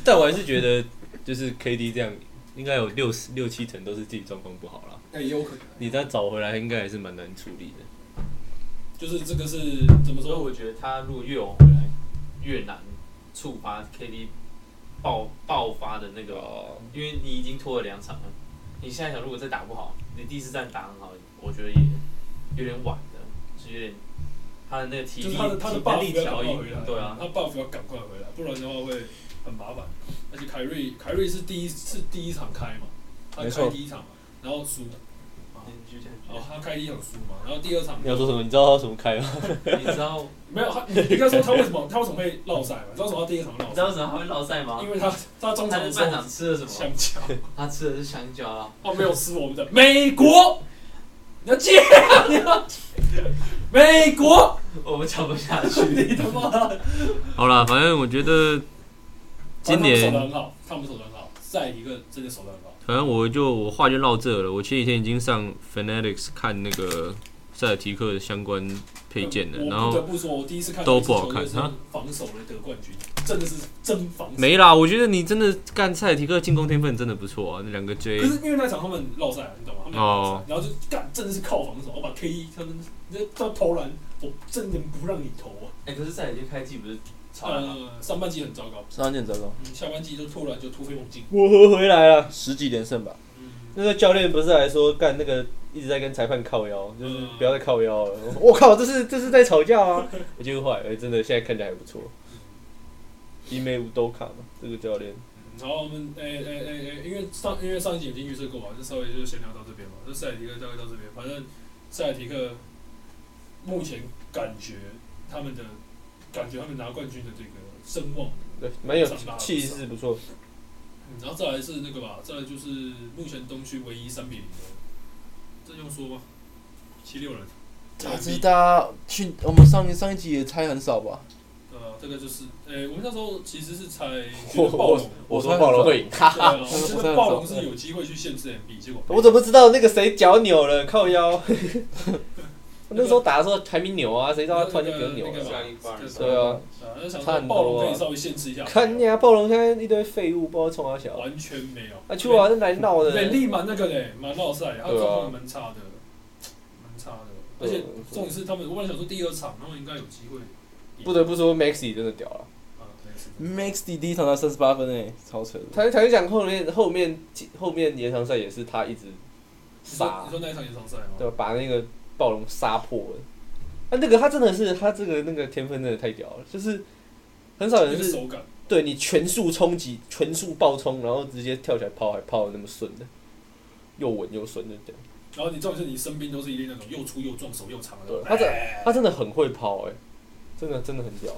E: 但我还是觉得，就是 KD 这样，应该有六十六七成都是自己状况不好啦。
A: 那也有可能，
E: 你再找回来，应该还是蛮难处理的。
A: 就是这个是怎么
C: 所以
A: 说？
C: 我觉得他如果越往回来，越难触发 KD 爆爆发的那个，
E: 哦，
C: 因为你已经拖了两场了。你现在想，如果再打不好，你第四战打很好，我觉得也有点晚了，就是有点他的那个体
A: 就
C: 力
A: 是他的他的
C: 体能
A: buff
C: 力
A: 要赶
C: 调
A: 快
C: 整
A: 回来，，
C: 对啊
A: 他，buff 要赶快回来，不然的话会很麻烦。而且凯瑞凯瑞是第一是第一场开嘛，他
D: 没
A: 开
D: 错
A: 第一场嘛，然后输，
C: 你就这
A: 然后
C: 样
A: 他开第一场输嘛，然后第二场
E: 你要说什么？你知道他怎么开吗？
C: 觉得。你知道
A: 没有他，你应该说他为什么他为什么会落赛嘛？你知道为什么他第一场
C: 你
A: 落
C: 知
A: 赛？
C: 道为什么他会落赛吗？
A: 因为他他中
C: 他
A: 场
C: 在
A: 的时候
C: 半场吃了什么？
A: 香 蕉，
C: 他吃的是香蕉啊！
A: 哦，没有吃我们的美国，你要借，你要借美国，
C: 我们讲不下去。
A: 你他妈 的，
B: 好啦，反正我觉得今年
A: 他们守得很好，他们守得很好，再一个真的守得很好。
B: 反正我就我话就绕这了。我前几天已经上 Fanatics 看那个塞尔提克的相关配件了，然
A: 我不得
B: 后
A: 不说，我第一次看
B: 都不好看
A: 这支球队是防守的得冠军，真的是真防守。
B: 没啦。我觉得你真的干塞尔提克进攻天分真的不错啊，那两个 J
A: 可。是因为那场他们落赛了，你懂吗？
B: 哦
A: 他们落赛，然后就干，真的是靠防守，我把 K 一他们那到投篮，我真的不让你投啊。
C: 哎、可是赛季开季不是超烂吗？
A: 呃，上半季很糟糕，
D: 三件糟糕，
A: 嗯，下半季就突然就突飞猛进。
E: 我回来了。
D: 十几连胜吧，
A: 嗯，
E: 那个教练不是还说干那个一直在跟裁判靠腰，就是不要再靠腰了。我靠，这是这是在吵架 啊！我就坏，哎，真的现在看起来还不错。
A: 嗯
E: 伊梅乌都卡嘛，这个教练。
A: 然后我们诶诶诶诶，因为上因为上一集已经预测过嘛，就稍微就闲聊到这边嘛，就塞尔提克大概到这边，反正塞尔提克目前感觉他们的感觉，他们拿冠军的这个声望。
E: 对，蛮有
A: 啊
E: 气势，不错。
A: 嗯，然后再来是那个吧，再来就是目前东区唯一三比零的，这用说吗？七六人，
D: 早知道去我们上一上一集也猜很少吧？
A: 呃，这个就是，诶、我们那时候其实是猜觉
E: 我
A: 得暴龙，
E: 我说暴龙会赢，哈
A: 对啊，
E: 哈。
A: 我们觉得暴龙是有机会去限制 MB，结果
E: 我怎么知道那个谁脚扭了？靠腰。 我那时候打的时候还没扭啊，谁知道他突然就不用扭
A: 那
E: 了
A: 个？
C: 下一棒
A: 这
E: 对啊，
A: 啊，那想
E: 差
A: 说
E: 很多啊
A: 暴龙可以稍微限制一下，
E: 看人家暴龙现在一堆废物，不知道冲哪小。
A: 完全没有。
E: 啊，去瓦是来闹的。
A: 美丽蛮那个的，蛮绕赛，他
E: 对啊
A: 状况蛮差的，蛮差的。而且重点是他们，我本来想说第二场他们应该有机会
E: 不得不说，Maxi 真的屌了。
A: 啊，对是的
D: Max 第第一场才三十八分诶，超扯的。
E: 台台讲后面后面后面延长赛也是他一直
A: 你说
E: 杀
A: 你，说那一场延长赛吗？
E: 对吧，把那个暴龙杀破了。啊，那个他真的是他这个那个天分真的太屌了，就是很少有
A: 那
E: 人
A: 个
E: 是
A: 手感，
E: 对你全速冲击、全速爆冲，然后直接跳起来抛，还抛的那么顺的，又稳又顺的这样。
A: 然后你重点是你身边都是一定那种又粗又壮、手又长的。
E: 对他这他真的很会抛哎、真的真的很屌。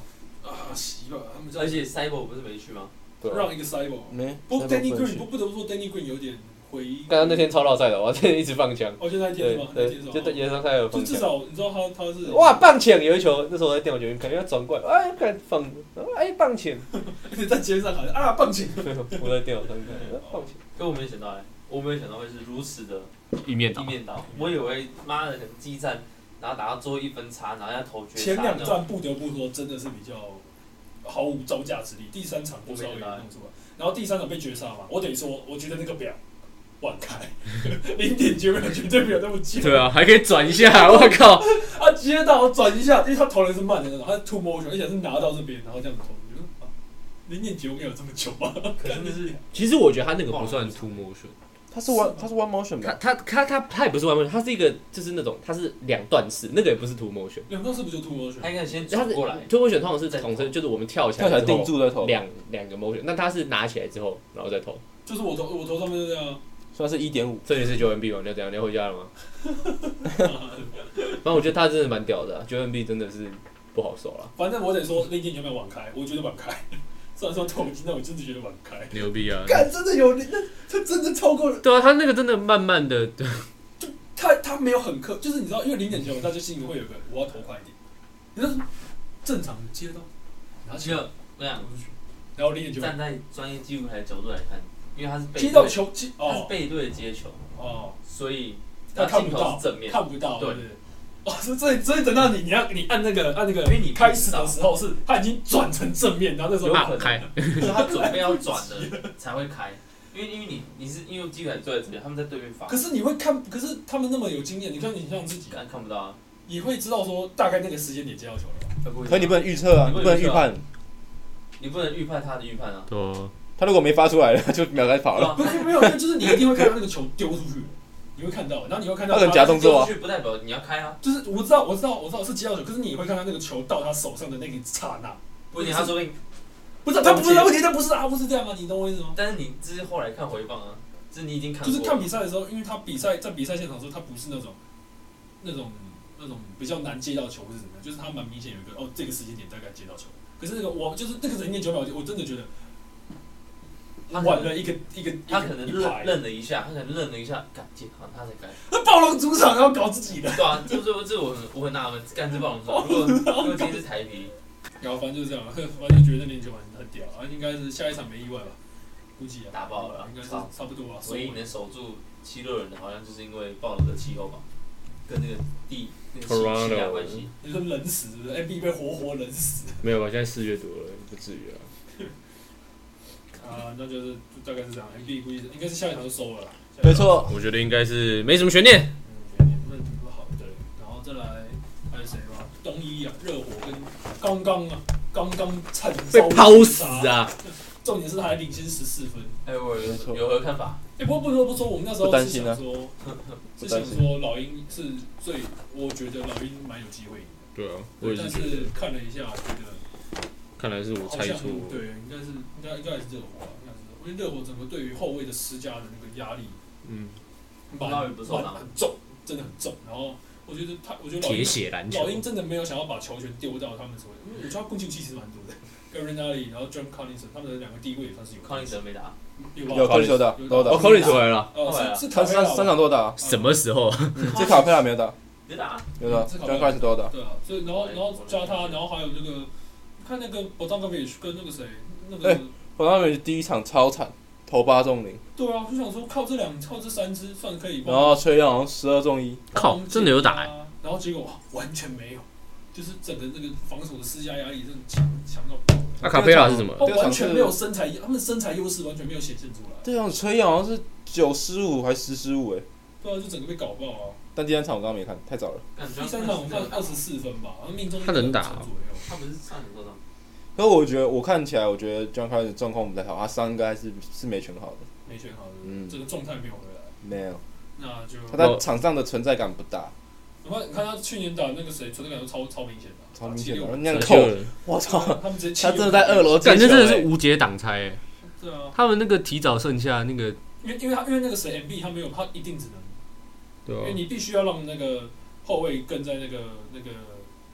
A: 啊，习吧，他们这
C: 而且 Cyber 不是没去吗？
E: 对、啊，
A: 让一个 Cyber，
D: 没，
A: 不过 Danny
D: 不能
A: Green
D: 去
A: 不不得不说 Danny Green 有点回。
E: 刚刚那天超老赛的，我真的一直放枪。
A: 哦，就那一天
E: 对
A: 是吗？那一
E: 对
A: 天是，
E: 就对
A: 吧？
E: 延长赛有
A: 就
E: 放
A: 至
E: 枪。
A: 少你知道他他是
E: 哇，，棒浅有一球，那时候我在电脑前面看，因为他转过来，哎，看放，哎，棒浅，
A: 你 在街上喊啊棒球，
E: 我在电脑上面看，哎棒浅，
C: 可我没有想到哎、我没有想到会是如此的
B: 一面
C: 地
B: 倒。
C: 面倒，我以为妈的可能激战，然后打到最后一分差，然后要投决
A: 前
C: 赛
A: 两
C: 那种。
A: 站不得不说真的是比较毫无招架之力，第三场就稍微有弄出来，然后第三场被绝杀嘛，我得说，我觉得那个表万开零点九秒绝对没有那么近，
B: 对啊，还可以转一下，我靠！
A: 他接到转一下，因为他投篮是慢的那种，他是 two motion，而且是拿到这边然后这样子投，我觉得啊，零点九秒这么久啊吗？
C: 可是就是
B: 其实我觉得他那个不算 two motion，
D: 他是 one 他是 one motion
B: 他
D: 吧？
B: 他他他他也不是 one motion，他是一个就是那种他是两段式，那个也不是 two motion，
A: 两段是不是就 two motion？
C: 他应该先
B: 他
C: 转
B: 是
C: 过来，
B: two motion 通常是统称就是我们跳起
D: 跳
B: 来
D: 起来
B: 之后
D: 定住在头，
B: 两两个 motion，那他是拿起来之后然后再投，
A: 就是我头我头上面是这样，啊
D: 算是一点五。
B: 这里是九 N B 吗？你要怎样？你要回家了吗？反正我觉得他真的蛮屌的、啊，九 N B 真的是不好守了，
A: 反正我得说零点九秒晚开，我觉得晚开， 虽然说投不进，但我真的觉得晚开。
B: 牛逼啊
A: 干真的有那他真的超过了，
B: 对啊，他那个真的慢慢的，
A: 他他没有很克，就是你知道，因为零点九秒，大家心里会有个我要投快一点，你知道正常接到，然后
C: 而且
A: 接到，
C: 我跟你讲，
A: 然后零点九秒
C: 站在专业技术台的角度来看，因为他是背
A: 接到
C: 对，
A: 球接
C: 他是
A: 哦
C: 背对接球，
A: 哦，
C: 所以
A: 他看
C: 镜
A: 不
C: 头
A: 到
C: 是正面，
A: 看不到
C: 对
A: 对不对？哦，是所以所以等到你你要你按那个按那个，
C: 因为你
A: 开始的时候是他已经转成正面，然后那时候
C: 有
B: 骂
C: 可能
B: 开，
C: 就是他准备要转了才会开，因为因为你你是因为技术台坐在这边，他们在对面罚
A: 可，是你会看，可是他们那么有经验，你看你像自己，
C: 看看不到啊，
A: 你会知道说大概那个时间点接到球了吧。
C: 会不会
D: 可你不能预测啊，
C: 你
D: 你
C: 不
D: 不
C: 能
D: 能
C: 预
D: 预
C: 测啊
D: 判。
C: 你不能预判他的预判啊，
B: 对啊，
D: 他如果没发出来， 就秒该跑
C: 对吧
D: 了。
A: 不？是没有，就是你一定会看到那个球丢出去，你会看到，然后你会看到
D: 他很夹动作
C: 丢
D: 啊
C: 出去不代表你要开啊，
A: 就是我知道，我知道，我知道是接到球，可是你会看到那个球到他手上的那个刹那，
C: 不仅他说不定，
A: 不是他不是他问题，他不是啊，不是这样啊，你懂我意思吗？
C: 但是你这是后来看回放啊，这你已经看
A: 就
C: 过
A: 是
C: 了，
A: 看比赛的时候，因为他比赛在比赛现场的时候，他不是那种那种那种比较难接到球或是怎么样，就是他蛮明显有一个哦，这个时间点大概接到球，可是那个我就是那个零点九秒，我真的觉得
C: 他可
A: 晚
C: 能
A: 了一个一个
C: 他可能
A: 一排
C: 愣，愣了一下，他可能愣了一下，干进好他才开。
A: 那暴龙主场要搞自己的，
C: 对啊，这这这我很我很纳闷，干这帮我们说，如
A: 哦
C: 果如果今天是台皮，
A: 然后反正就是这样，反正觉得那零点九秒很屌，啊，应该是下一场没意外吧，估计啊
C: 打爆了
A: 应该是
C: 操
A: 差不多啊，
C: 唯一能守住七六人的，好像就是因为暴龙的气候吧，跟那个地那个气气压关系。
A: 你说冷死是不是？MB 被活活冷死
E: 没有吧？现在四月多了，不至于啊。
A: 啊、那就是就大概是这样。MB 估计是应该是下一场就收了啦。
D: 没错，
B: 我觉得应该是没什么悬念。
A: 嗯，觉得你们挺不好对。然后再来还有谁吧？东一啊，热火跟刚刚啊，刚刚惨遭
B: 被抛死！啊！
A: 重点是他还领先十四分。
C: 哎，我有
D: 没错
C: 有何看法？
A: 哎、不过不得不说，我们那时
D: 不
A: 候
D: 担
A: 是
D: 心
A: 想
D: 啊
A: 说，
D: 不
A: 是
D: 担
A: 想
D: 心
A: 说老鹰是最，我觉得老鹰蛮有机会赢的。
B: 对啊，我也是
A: 但
B: 觉得
A: 是，看了一下，我觉得。
B: 看来是我
A: 好
B: 猜
A: 像
B: 错了。
A: 对，应该是应该应该也是热火吧，应该是热火因为热火整个对于后卫的施加的那个压力
B: 嗯，
A: 蛮
C: 那也不错
A: 蛮
C: 啦
A: 很重，真的很重。然后我觉得他，我觉得老
G: 铁
A: 鹰
G: 血篮球
A: 老，鹰真的没有想要把球权丢到他们手里，因为我觉得他贡献其实蛮多的。跟 r e n a l i 然后 John Collinson 他们的两个地位也算是有
C: 康林哲没打，
A: 有
D: 有
A: 吧
D: 跟球打，都有
E: 哦
D: 打，
E: ，Collins 回来了，
A: 呃是是
D: 他
A: 卡佩拉
D: 三
A: 吧
D: 三场都有打，
G: 什么时候？
D: 这卡佩拉没有打，
C: 没打，啊
D: 有打，
A: 嗯这卡
D: 刚
A: 佩拉
D: 开始都有打，
A: 对啊，所以然后然后抓他，
C: 哎
A: 然后还有那个看那个 b o d a n k o v i c 跟那个谁那个、
D: 哎我他们第一场超惨，投八中零，
A: 对啊，我就想说靠这两靠这三支算可以帮
D: 然后崔样好像十二中一，
B: 靠，真的有打哎、
A: 啊然后结果哇完全没有，就是整个那个防守的施加压力真的强强到爆，
E: 那卡佩拉是什么？
A: 他
D: 这个
A: 完
D: 场次
A: 全没有身材，他们身材优势完全没有显现出来，
D: 对啊，崔样好像是九失五还十失五哎，
A: 对啊，就整个被搞爆啊！
D: 但第三场我刚刚没看，太早了。
C: 第
A: 第三场我看二十四分吧，然后命中率
B: 他能打
A: 20%
B: 哦
A: 左右，
C: 他不是上很多场，
D: 可我觉得我看起来，我觉得 John Collins 状况不太好，他伤应该是是没全好的，
A: 没选好的，
D: 嗯
A: 整个状态没有回来，
D: 没有，
A: 那就
D: 他
B: 哦
D: 在场上的存在感不大，
A: 你看，你看他去年打那个谁，存在感都超超明显的，
D: 超明显
A: 76
D: 的，那样
E: 小
D: 扣，
E: 球
D: 我操，
A: 他们直接
D: 他真的在二
A: 楼，
D: 楼
B: 感
D: 接
B: 觉
D: 球、
B: 真的是
D: 欸，
B: 无解挡拆、欸，
A: 对啊，
B: 他们那个提早剩下那个，
A: 因为因为他因为那个谁 MB 他没有，他一定只能，因为
E: 对啊，
A: 你必须要让那个后卫跟在那个那个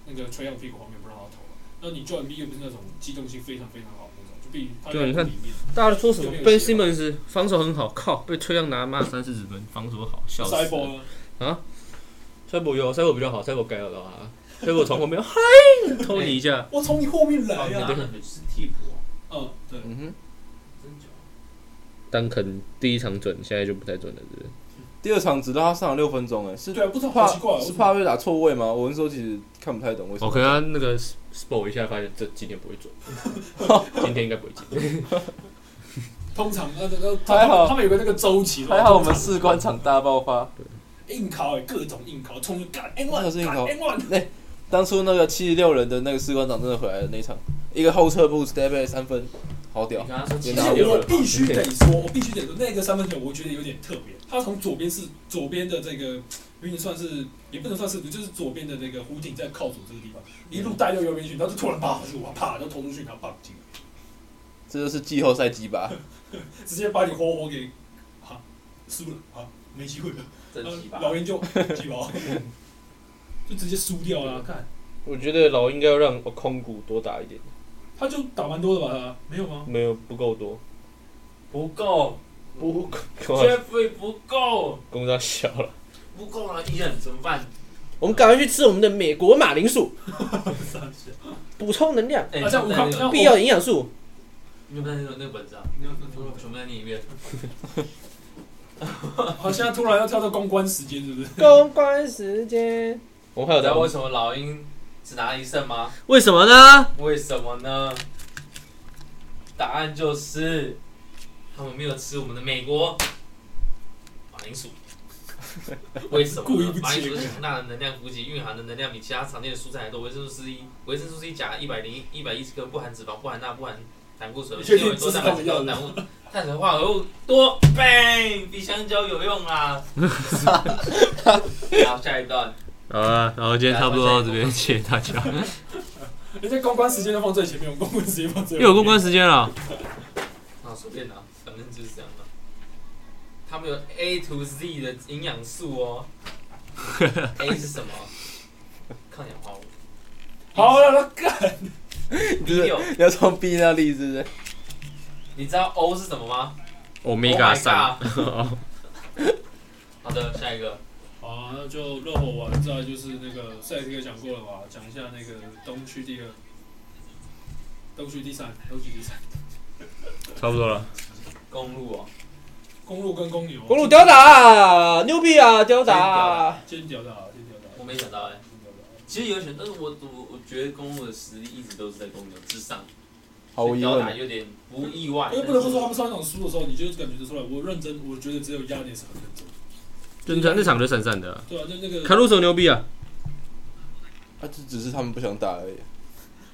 A: 那个吹样屁股后面不让他投啊，那你就 MB 又不是那种机动性非常非常好的那种，就必须他
B: 对啊你看
A: 在里面，
B: 大家说
A: 什么
B: Ben Simmons 防守很好，靠，被崔样拿骂三四十分，防守好，笑死
A: 塞波啊
B: 了。
A: 呢，
E: 塞博有，塞博比较好，塞博干扰 到他，塞博从后面嗨偷你一下，
A: 我从你后面来
C: 哦你
A: 呀、
C: 打
A: 啊，
C: 的是替补哦，
A: 嗯，对，
D: 嗯哼，
C: 真久。
E: 丹肯第一场准，现在就不太准了，是不是？
D: 第二场只让他上了六分钟、哎，是
A: 对啊，不知道好
D: 怕
A: 奇怪啊，为
D: 是
A: 什
D: 怕
A: 么
D: 被打错位吗？我那时候其实看不太懂为
E: 哦
D: 什么。
B: OK 啊，那个
E: sport 一下发现这今天 不会准，今天应该不会进。
A: 通常那那那
D: 还好
A: 他们有个那个周期，
D: 还好我们士官场大爆发，
A: 硬考哎、各种硬考，冲就干 N
D: 那
A: one
D: 个是硬考
A: N one，
D: 当初那个七十六人的那个士官长真的回来了那一场，一个后撤步 step back 三分，好屌
C: 你，刚刚说
D: 也
C: 七
D: 拿
C: 十
D: 不
A: 而且
D: 了
C: 六
A: 我
C: 了
A: 必须得说，我必须得说，那个三分球我觉得有点特别。他从左边是左边的这个，有点算是也不能算是，就是左边的那个弧顶在靠左这个地方，一路带到右边去，然后就突然啪出去，啪就投出去，然后啪进，
D: 这就是季后赛鸡巴。
A: 直接把你活活给啊输了啊，没机会了。
C: 正七吧
A: 然后，老鹰就鸡毛，就直接输掉了。啊看，
E: 我觉得老鹰应该要让空谷多打一点，
A: 他就打蛮多的吧？他没有 吗？
E: 没有不 够多，
C: 不够
E: 不够，
C: ，Jeffrey 不够，
E: 工伤小了。
C: 不够啊！伊人怎么办？
E: 我们赶快去吃我们的美国马 铃薯，
A: 三十。
E: 补充能量、
C: 哎
A: 啊，这样
C: 你
A: 我
C: 们在
A: 看
C: 那个，
A: 那
E: 必要营养素。
C: 你们在那个那个本子啊，
A: 我
C: 全部在念一遍。
A: 好，现在突然要跳到公关时间，是不是？
E: 公关时间，我们还有
C: 知
E: 在
C: 道为什么老鹰只拿一胜吗？
B: 为什么呢？
C: 为什么呢？答案就是他们没有吃我们的美国马铃薯。为什
A: 故
C: 么
A: 意
C: 呢
A: 不？
C: 马铃薯
A: 接
C: 是强大的能量补给，蕴含的能量比其他常见的蔬菜还多。维生素 C，维生素 C 钾一百零一百一十克，不含脂肪，不含钠，不含胆固醇，
A: 你确定
C: 纤维多，
A: 这是
C: 蛋
A: 他
C: 白
A: 们
C: 质
A: 要
C: 高，
A: 的
C: 胆固碳水化合物多，bang，比香蕉有用啊！好，下一段。
B: 好啊，然后今天差不多到这边，谢谢大家。
A: 人家公关时间都放最前面，我们公关时间放最后面。
B: 又有公关时间了，
C: 啊，随便拿，反正就是这样的。他们有 A to Z 的营养素 哦。A 是什么？抗氧化物。
A: 好了，那干
D: 就
C: B
D: 是
C: 六，
D: 你要从 B 那例是不是？
C: 你知道 O 是什么吗 Oh
B: Omega
C: my
B: 三
C: god 好的，下一个。
A: 好啊，那就热火完，再来就是那个赛提克讲过了吧？讲一下那个东区第二，东区第三，东区第三，
B: 差不多了。
C: 公路哦，
A: 公路跟公牛，
E: 公路吊打，牛逼啊，吊打！
A: 尖屌的啊，尖屌的啊，
C: 我没想到哎、
A: 尖屌的啊
C: 其实有选，但是我我我觉得公路的实力一直都是在公牛之上，
D: 毫无疑
C: 所以吊打
D: 问，啊
C: 有点不意外。
A: 因为不得不说，他们上一场输的时候，你就感觉得出来，我认真，我觉得只有亚尼斯很认真。
B: 真的，那场就散散的啊。
A: 对啊，就那个
B: 卡鲁索牛逼啊！
D: 啊，这只是他们不想打而已。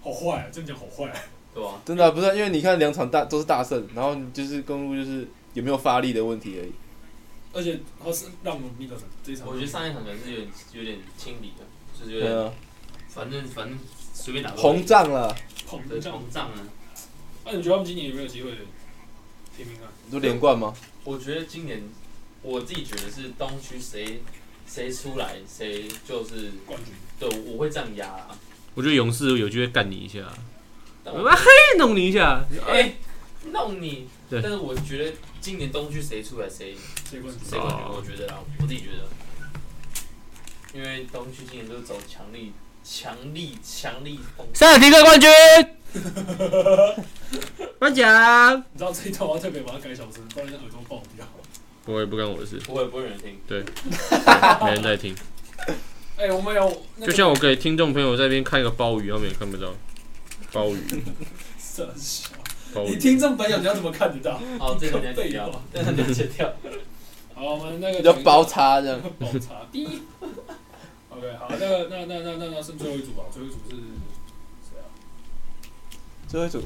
A: 好坏啊，真的讲好坏啊。
C: 对吧？
D: 真的啊、不是啊，因为你看两场大都是大胜，然后你就是公路就是有没有发力的问题而已。
A: 而且他是让我们的这一场，
C: 我觉得上一场可能是有点有点清理的，就是有
D: 对
C: 点
D: 啊，
C: 反正反正随便打都可以
D: 膨胀了，
A: 捧
C: 对
A: 的这样。
C: 膨胀啊。
A: 那、你觉得他们今年有没有机会拼命啊？
D: 你说连冠吗？
C: 我觉得今年我自己觉得是东区谁谁出来谁就是
A: 冠军。
C: 对，我我会这样压啊啦。
E: 我觉得勇士有机会干你一下，
C: 但
E: 我
C: 我
E: 要黑弄你一下。
C: 哎、弄你！
E: 对
C: 但是我觉得今年东区谁出来谁
A: 谁冠军？
C: 谁冠军，
E: 哦
C: 我觉得啦，我自己觉得，因为东区今年都是走强力、强力、强力风。
E: 塞尔提克 冠军，颁奖。
A: 你知道这一段我要特别把它改小声，不然耳朵爆掉。
E: 不会，不干我的事，
C: 不会不会有人听，
E: 没人在听。
A: 哎、我们有那
E: 就
A: 个
E: 像我给听众朋友在那边看一个鲍鱼，他们也看不到。鲍 鱼，
A: 傻笑，
E: 鲍
A: 你
E: 鱼，
A: 听众朋友你要怎么看得到？
E: 嗯
C: 哦，这个你要剪
A: 废
C: 掉
A: 话，
C: 这个你要剪掉。
A: 好，我们那个
D: 就
A: 讲一下
D: 包插这样。
A: 爆茶逼。OK，好，那个那那那那那剩最后一组吧，最后一组是谁啊？
D: 最后一组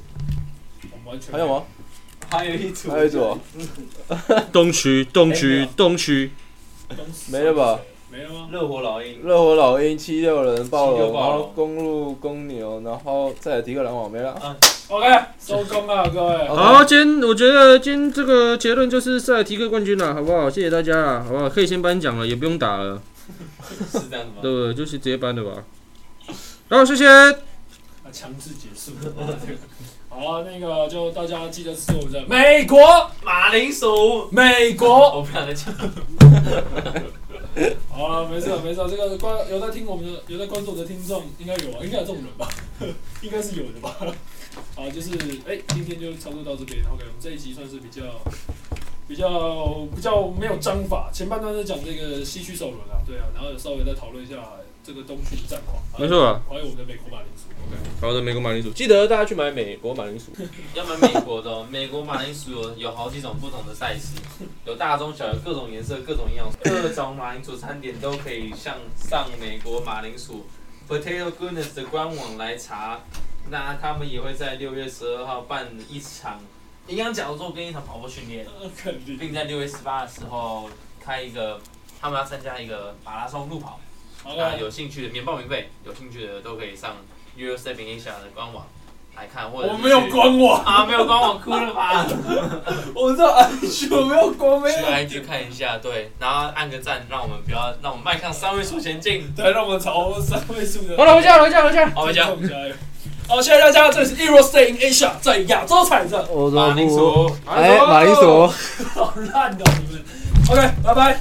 A: 我们完全
D: 还有吗？
C: 还有一组，
D: 还有一组哦，
E: 东区，东
C: 哎没有
E: 区，东区，
A: 没有？东西
D: 没了吧？
A: 没了吗？
C: 热火老鹰，
D: 热火老鹰、七六人、暴
C: 七六
D: 龙，
C: 暴
D: 然后
C: 龙
D: 公路公牛，然后再有迪克篮网没了。
A: OK，收工啊，各位。
D: OK
E: 好，今天我觉得今天这个结论就是塞尔提克冠军了，好不好？谢谢大家啦，好不好？可以先颁奖了，也不用打了，
C: 是这样子吗
E: 对？不对？就是直接颁了吧。好，谢谢。
A: 啊，强制结束。 好，啊那个就大家记得吃我们的美国，
C: 马铃薯，
A: 美国。
E: 哦
C: 我不想再讲。
A: 好了，没事了没事了，这个关有在听我们的有在关注我们的听众，应该有啊，应该有这种人吧， 应该是有的吧。 好，就是哎、今天就差不多到这边。OK，我们这一集算是比较比较比较没有章法，前半段是讲这个西区首轮啊，对啊，然后有稍微再讨论一下这个东区的战况，
E: 没错啊，
A: 还有我们的美国马铃薯。OK，
H: 好的，美国马铃薯，记得大家去买美国马铃薯。
C: 要买美国的哦、美国马铃薯有有好几种不同的 size，有 大中小，有各种颜色，各种营养素，各种马铃薯餐点都可以向上美国马铃薯 Potato Goodness 的官网来查。那他们也会在六月十二号办一场营养讲座跟一场跑步训练，
A: 那啊肯定。
C: 并在六月十八的时候开一个，他们要参加一个马拉松路跑。
A: 好
C: 那
A: 了，
C: 有兴趣的免报名费，有兴趣的都可以上 Euro Saving Asia 的官网来看，或者
A: 我
C: 是
A: 们没有
C: 去
A: 官网，
C: 啊，没有官网哭了吧？
D: 我知
A: 哎
D: 道 IG 我 没有光
C: 去 IG 看一下，对，然后按个赞，让我们不要，让我们迈向三位数前进。
A: 对，让我们朝三位数的。
H: 好了，回家了，回家了，回家了。
C: 好，我们讲
A: 加油！好，谢谢大家，这里是 Euro Stay in Asia，在亚洲彩色，
D: 我
C: 马铃薯。
D: 哎，马铃薯。
A: 哦好烂哦你们。OK，拜拜。